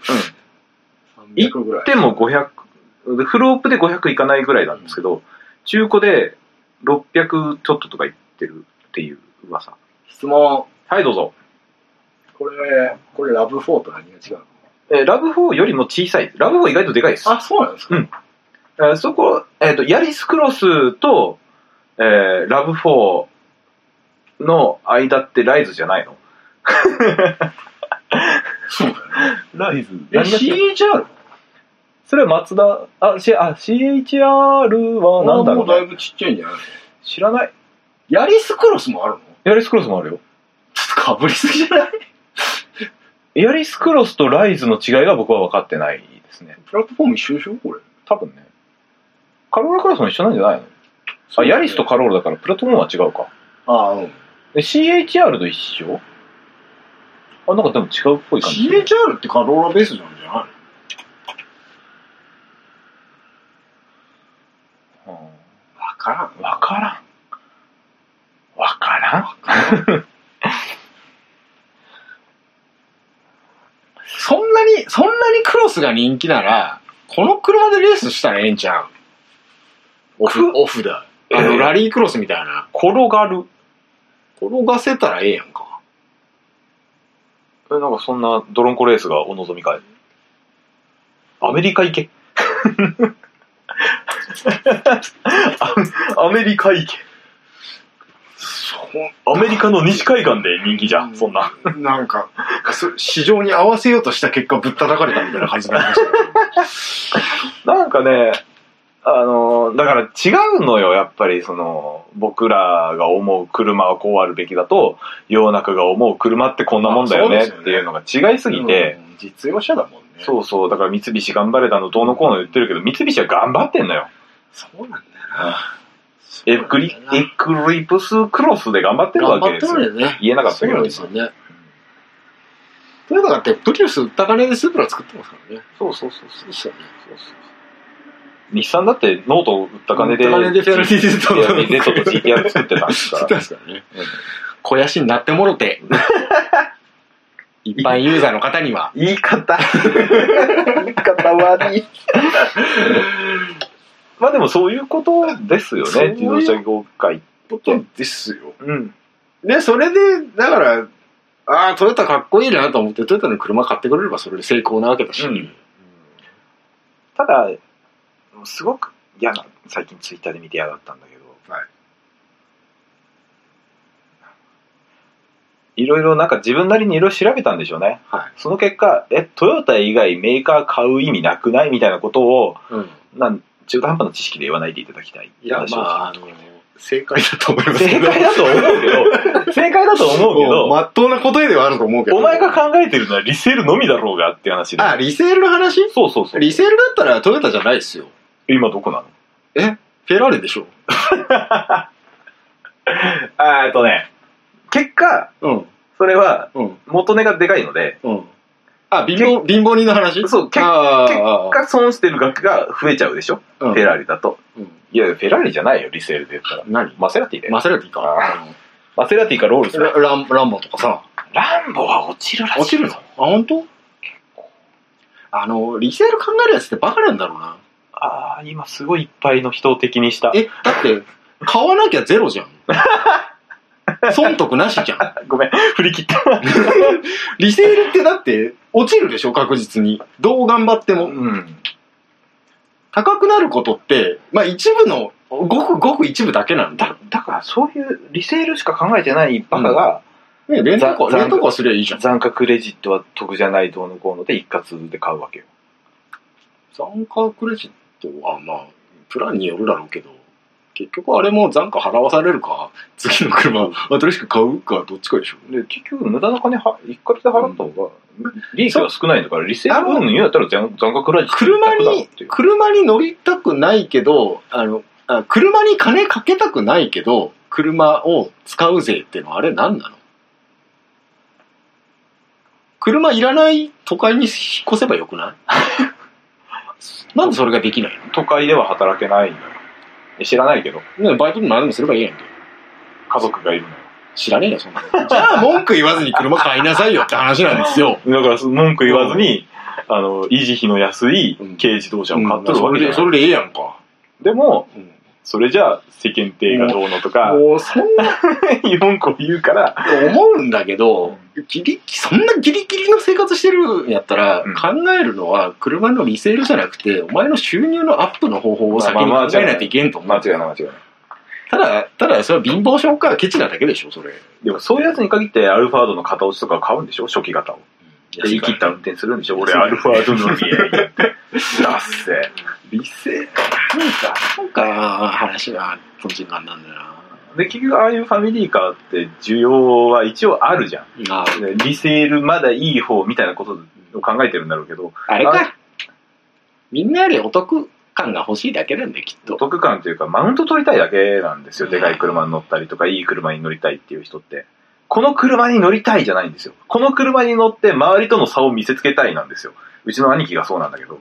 [SPEAKER 1] 300ぐらい。
[SPEAKER 2] でも500、でフルオープで500いかないぐらいなんですけど、中古で600ちょっととかいってるっていう噂。
[SPEAKER 1] 質問。
[SPEAKER 2] はい、どうぞ。
[SPEAKER 1] これ、これラブ4と何が違うの
[SPEAKER 2] えーラブ4よりも小さい。ラブ4意外とでかいです。
[SPEAKER 1] あ、そうなんですか、
[SPEAKER 2] うんえーそこ、えっ、と、ヤリスクロスと、えーラブ4の間ってライズじゃないの
[SPEAKER 1] そうだ
[SPEAKER 2] ライズ
[SPEAKER 1] え、
[SPEAKER 2] 何やってんの
[SPEAKER 1] CHR?
[SPEAKER 2] それは松田、あ、C、あ、CHR はなんだろ
[SPEAKER 1] も
[SPEAKER 2] う
[SPEAKER 1] うだい
[SPEAKER 2] ね、
[SPEAKER 1] ぶちっちゃいんじゃないの
[SPEAKER 2] 知らない。
[SPEAKER 1] ヤリスクロスもあるの
[SPEAKER 2] ヤリスクロスもあるよ。
[SPEAKER 1] ちょっとかぶりすぎじゃない
[SPEAKER 2] ヤリスクロスとライズの違いが僕は分かってないですね。
[SPEAKER 1] プラットフォーム一緒でしょこれ。
[SPEAKER 2] 多分ね。カローラクラスも一緒なんじゃないの、あ、ヤリスとカローラだからプラットフォームは違うか。
[SPEAKER 1] ああ、うん。
[SPEAKER 2] で CHR と一緒あ、なんかでも違うっぽい感じ。
[SPEAKER 1] CHR ってカローラベースなんじゃないの
[SPEAKER 2] うん
[SPEAKER 1] わからん。
[SPEAKER 2] わからん。わからん
[SPEAKER 1] そんなに、そんなにクロスが人気なら、この車でレースしたらええんちゃうオフ、オフだ。あ
[SPEAKER 2] え
[SPEAKER 1] の、
[SPEAKER 2] え
[SPEAKER 1] ラリークロスみたいな。
[SPEAKER 2] 転がる。
[SPEAKER 1] 転がせたらええやんか。
[SPEAKER 2] え、なんかそんなドロンコレースがお望みかいアメリカ行 け。アアメリカ行け。
[SPEAKER 1] そ
[SPEAKER 2] アメリカの西海岸で人気じゃん、そんな。
[SPEAKER 1] んなんか、 そ市場に合わせようとした結果ぶったたかれたみたいな感じになりましたけど。
[SPEAKER 2] なんかね、あの、だから違うのよ、やっぱりその、僕らが思う車はこうあるべきだと、世の中が思う車ってこんなもんだよ
[SPEAKER 1] あ
[SPEAKER 2] ね
[SPEAKER 1] そうですよね
[SPEAKER 2] っていうのが違いすぎて、
[SPEAKER 1] うん実用車だもんね。
[SPEAKER 2] そうそう、だから三菱頑張れだの、どうのこうの言ってるけど、三菱は頑張ってんのよ。
[SPEAKER 1] そうなんだよな。
[SPEAKER 2] エクリ、エクリプスクロスで頑張ってるわけですよ。
[SPEAKER 1] よね。
[SPEAKER 2] 言えなかった
[SPEAKER 1] そう
[SPEAKER 2] け
[SPEAKER 1] な
[SPEAKER 2] ど
[SPEAKER 1] んですよね。とにかくだって、プリウス売った金でスープラ作ってますからね。
[SPEAKER 2] そうそうそうそ
[SPEAKER 1] そう
[SPEAKER 2] う
[SPEAKER 1] ですよね。
[SPEAKER 2] 日産だってノートを売った金で、
[SPEAKER 1] 売った金でフェアリージェットを
[SPEAKER 2] フェアリージェットと GTR 作ってたんですか
[SPEAKER 1] 作
[SPEAKER 2] ら
[SPEAKER 1] って。ますからね
[SPEAKER 2] うん。
[SPEAKER 1] 肥やしになってもろて。一般ユーザーの方には。
[SPEAKER 2] 言い方言い方悪いまあでもそういうことですよ
[SPEAKER 1] そうい
[SPEAKER 2] ね
[SPEAKER 1] う
[SPEAKER 2] 自動車業界
[SPEAKER 1] ことですよ。
[SPEAKER 2] うん
[SPEAKER 1] で、それで、だから、ああ、トヨタかっこいいなと思って、トヨタの車買ってくれればそれで成功なわけだし。
[SPEAKER 2] うんただすごく嫌な最近ツイッターで見て嫌だったんだけど、、
[SPEAKER 8] はい
[SPEAKER 2] ろいろなんか自分なりにいろいろ調べたんでしょうね、
[SPEAKER 1] はい
[SPEAKER 2] その結果えトヨタ以外メーカー買う意味なくないみたいなことを
[SPEAKER 1] うん
[SPEAKER 2] なん中途半端な知識で言わないでいただきたい
[SPEAKER 1] いや、
[SPEAKER 2] 話を
[SPEAKER 1] まあ、あの、正解だと思いますけ
[SPEAKER 2] 正
[SPEAKER 1] ど。
[SPEAKER 2] 解だと思う けど、正解だと思うけ
[SPEAKER 1] もう
[SPEAKER 2] ど、
[SPEAKER 1] まっとうな答えではあると思うけど。
[SPEAKER 2] お前が考えてるのはリセールのみだろうがって話で。
[SPEAKER 1] あ、リセールの話
[SPEAKER 2] そうそうそう。
[SPEAKER 1] リセールだったらトヨタじゃないですよ。
[SPEAKER 2] 今どこなの
[SPEAKER 1] フェラーレでしょ。
[SPEAKER 2] あーえっとね、結果、
[SPEAKER 1] うん。
[SPEAKER 2] それは
[SPEAKER 1] うん。
[SPEAKER 2] 元値がでかいので、
[SPEAKER 1] うん。あ、貧乏、貧乏人の話
[SPEAKER 2] そう、結
[SPEAKER 1] あー
[SPEAKER 2] 結
[SPEAKER 1] あー
[SPEAKER 2] 果損してる額が増えちゃうでしょ、
[SPEAKER 1] うん
[SPEAKER 2] フェラーリだと。
[SPEAKER 1] うん
[SPEAKER 2] いや、フェラーリじゃないよ、リセールで言ったら。
[SPEAKER 1] 何
[SPEAKER 2] マセラティだよ。
[SPEAKER 1] マセラティか。
[SPEAKER 2] マセラティかロールス
[SPEAKER 1] ラ
[SPEAKER 2] だ。
[SPEAKER 1] ランランボとかさ。
[SPEAKER 2] ランボは落ちるらしい。
[SPEAKER 1] 落ちるのあ、本当？あの、リセール考えるやつってバカなんだろうな。
[SPEAKER 2] ああ、今すごいいっぱいの人を敵にした。
[SPEAKER 1] え、だって、買わなきゃゼロじゃん。 損得なしじゃん。
[SPEAKER 2] ごめん、振り切った。
[SPEAKER 1] リセールってだって、落ちるでしょ、確実に。どう頑張って
[SPEAKER 2] う
[SPEAKER 1] も。
[SPEAKER 2] ん。
[SPEAKER 1] 高くなることって、まあ一部の、ごくごく一部だけなんだよ
[SPEAKER 2] だ、だからそういうリセールしか考えてないバカが、
[SPEAKER 1] ね、レンタカー、
[SPEAKER 2] ざ
[SPEAKER 1] レンタカーすりゃいいじゃん。
[SPEAKER 2] 残価クレジットは得じゃないどうのこうので一括で買うわけよ。
[SPEAKER 1] 残価クレジットは、まあ、プランによるだろうけど、結局あれも残価払わされるか、次の車、新しく買うか、どっちかでしょ。
[SPEAKER 2] で結局無駄な金は一括で払った方が利益が少ないんだから、リセール運の言うんだったら残残価クレジット
[SPEAKER 1] 車
[SPEAKER 2] 一択だろう
[SPEAKER 1] に
[SPEAKER 2] っていう、
[SPEAKER 1] 車に乗りたくないけど、あの、あ車に金かけたくないけど、車を使うぜってのはあれ何なの車いらない都会に引っ越せばよくないなんでそれができない
[SPEAKER 2] 都会では働けないんだよ。え知らないけど、
[SPEAKER 1] のねバイトにも何でもすればいいやんけ。
[SPEAKER 2] 家族がいるのよ。
[SPEAKER 1] 知らねえよ、そんなの。 じゃあ文句言わずに車買いなさいよって話なんですよ。
[SPEAKER 2] だからその文句言わずに、あの、維持費の安い
[SPEAKER 1] うん
[SPEAKER 2] 軽自動車を買っとるわけじゃ
[SPEAKER 1] うん
[SPEAKER 2] な
[SPEAKER 1] それで、そ
[SPEAKER 2] い。
[SPEAKER 1] れでええやんか。
[SPEAKER 2] でも、
[SPEAKER 1] うん
[SPEAKER 2] それじゃあ世間体がどうのと か、
[SPEAKER 1] もうそんな
[SPEAKER 2] 文句を言うから、
[SPEAKER 1] 思うんだけど、ギリそんなギリギリの生活してるんやったら、
[SPEAKER 2] うん
[SPEAKER 1] 考えるのは車のリセールじゃなくて、お前の収入のアップの方法を先に
[SPEAKER 2] まあま
[SPEAKER 1] 考
[SPEAKER 2] あ
[SPEAKER 1] えないといけんと思う。
[SPEAKER 2] 間違いない間違いない。
[SPEAKER 1] ただ、ただ、それは貧乏症かケチなだけでしょ、それ。
[SPEAKER 2] でもそういうやつに限ってアルファードの型落ちとか買うんでしょ初期型を。で、言い切った運転するんでしょ俺アルファードの家 に。だっせ。
[SPEAKER 1] リセールなんか、なんか、話が、とんちんかんなんだよな。
[SPEAKER 2] で、結局ああいうファミリーカーって需要は一応あるじゃん。
[SPEAKER 1] あ
[SPEAKER 2] でリセールまだいい方みたいなことを考えてるんだろうけど、
[SPEAKER 1] あれ
[SPEAKER 2] あ
[SPEAKER 1] か。みんなよりお得感が欲しいだけなんだよ、きっ
[SPEAKER 2] お
[SPEAKER 1] と。
[SPEAKER 2] 得感というか、マウント取りたいだけなんですよ。でかい車に乗ったりとか、いい車に乗りたいっていう人って。この車に乗りたいじゃないんですよ。この車に乗って周りとの差を見せつけたいなんですよ。うちの兄貴がそうなんだけど。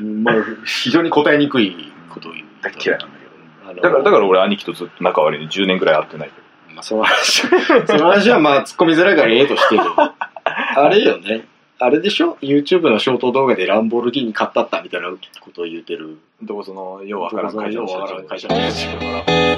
[SPEAKER 1] まあ、非常に答えにくいことを言った
[SPEAKER 2] だから嫌いなんだけど。
[SPEAKER 1] あの
[SPEAKER 2] だから、だから俺兄貴とずっと仲悪いの10年ぐらい会ってないけど。
[SPEAKER 1] まあ、その話、その話はまあ、突っ込みづらいからええとしてる。 あれよね。あれでしょ ?YouTube のショート動画でランボルギーニ買ったったみたいなことを言うてる。
[SPEAKER 2] どうその、よう
[SPEAKER 1] わからん会社の社長
[SPEAKER 2] 会社の社長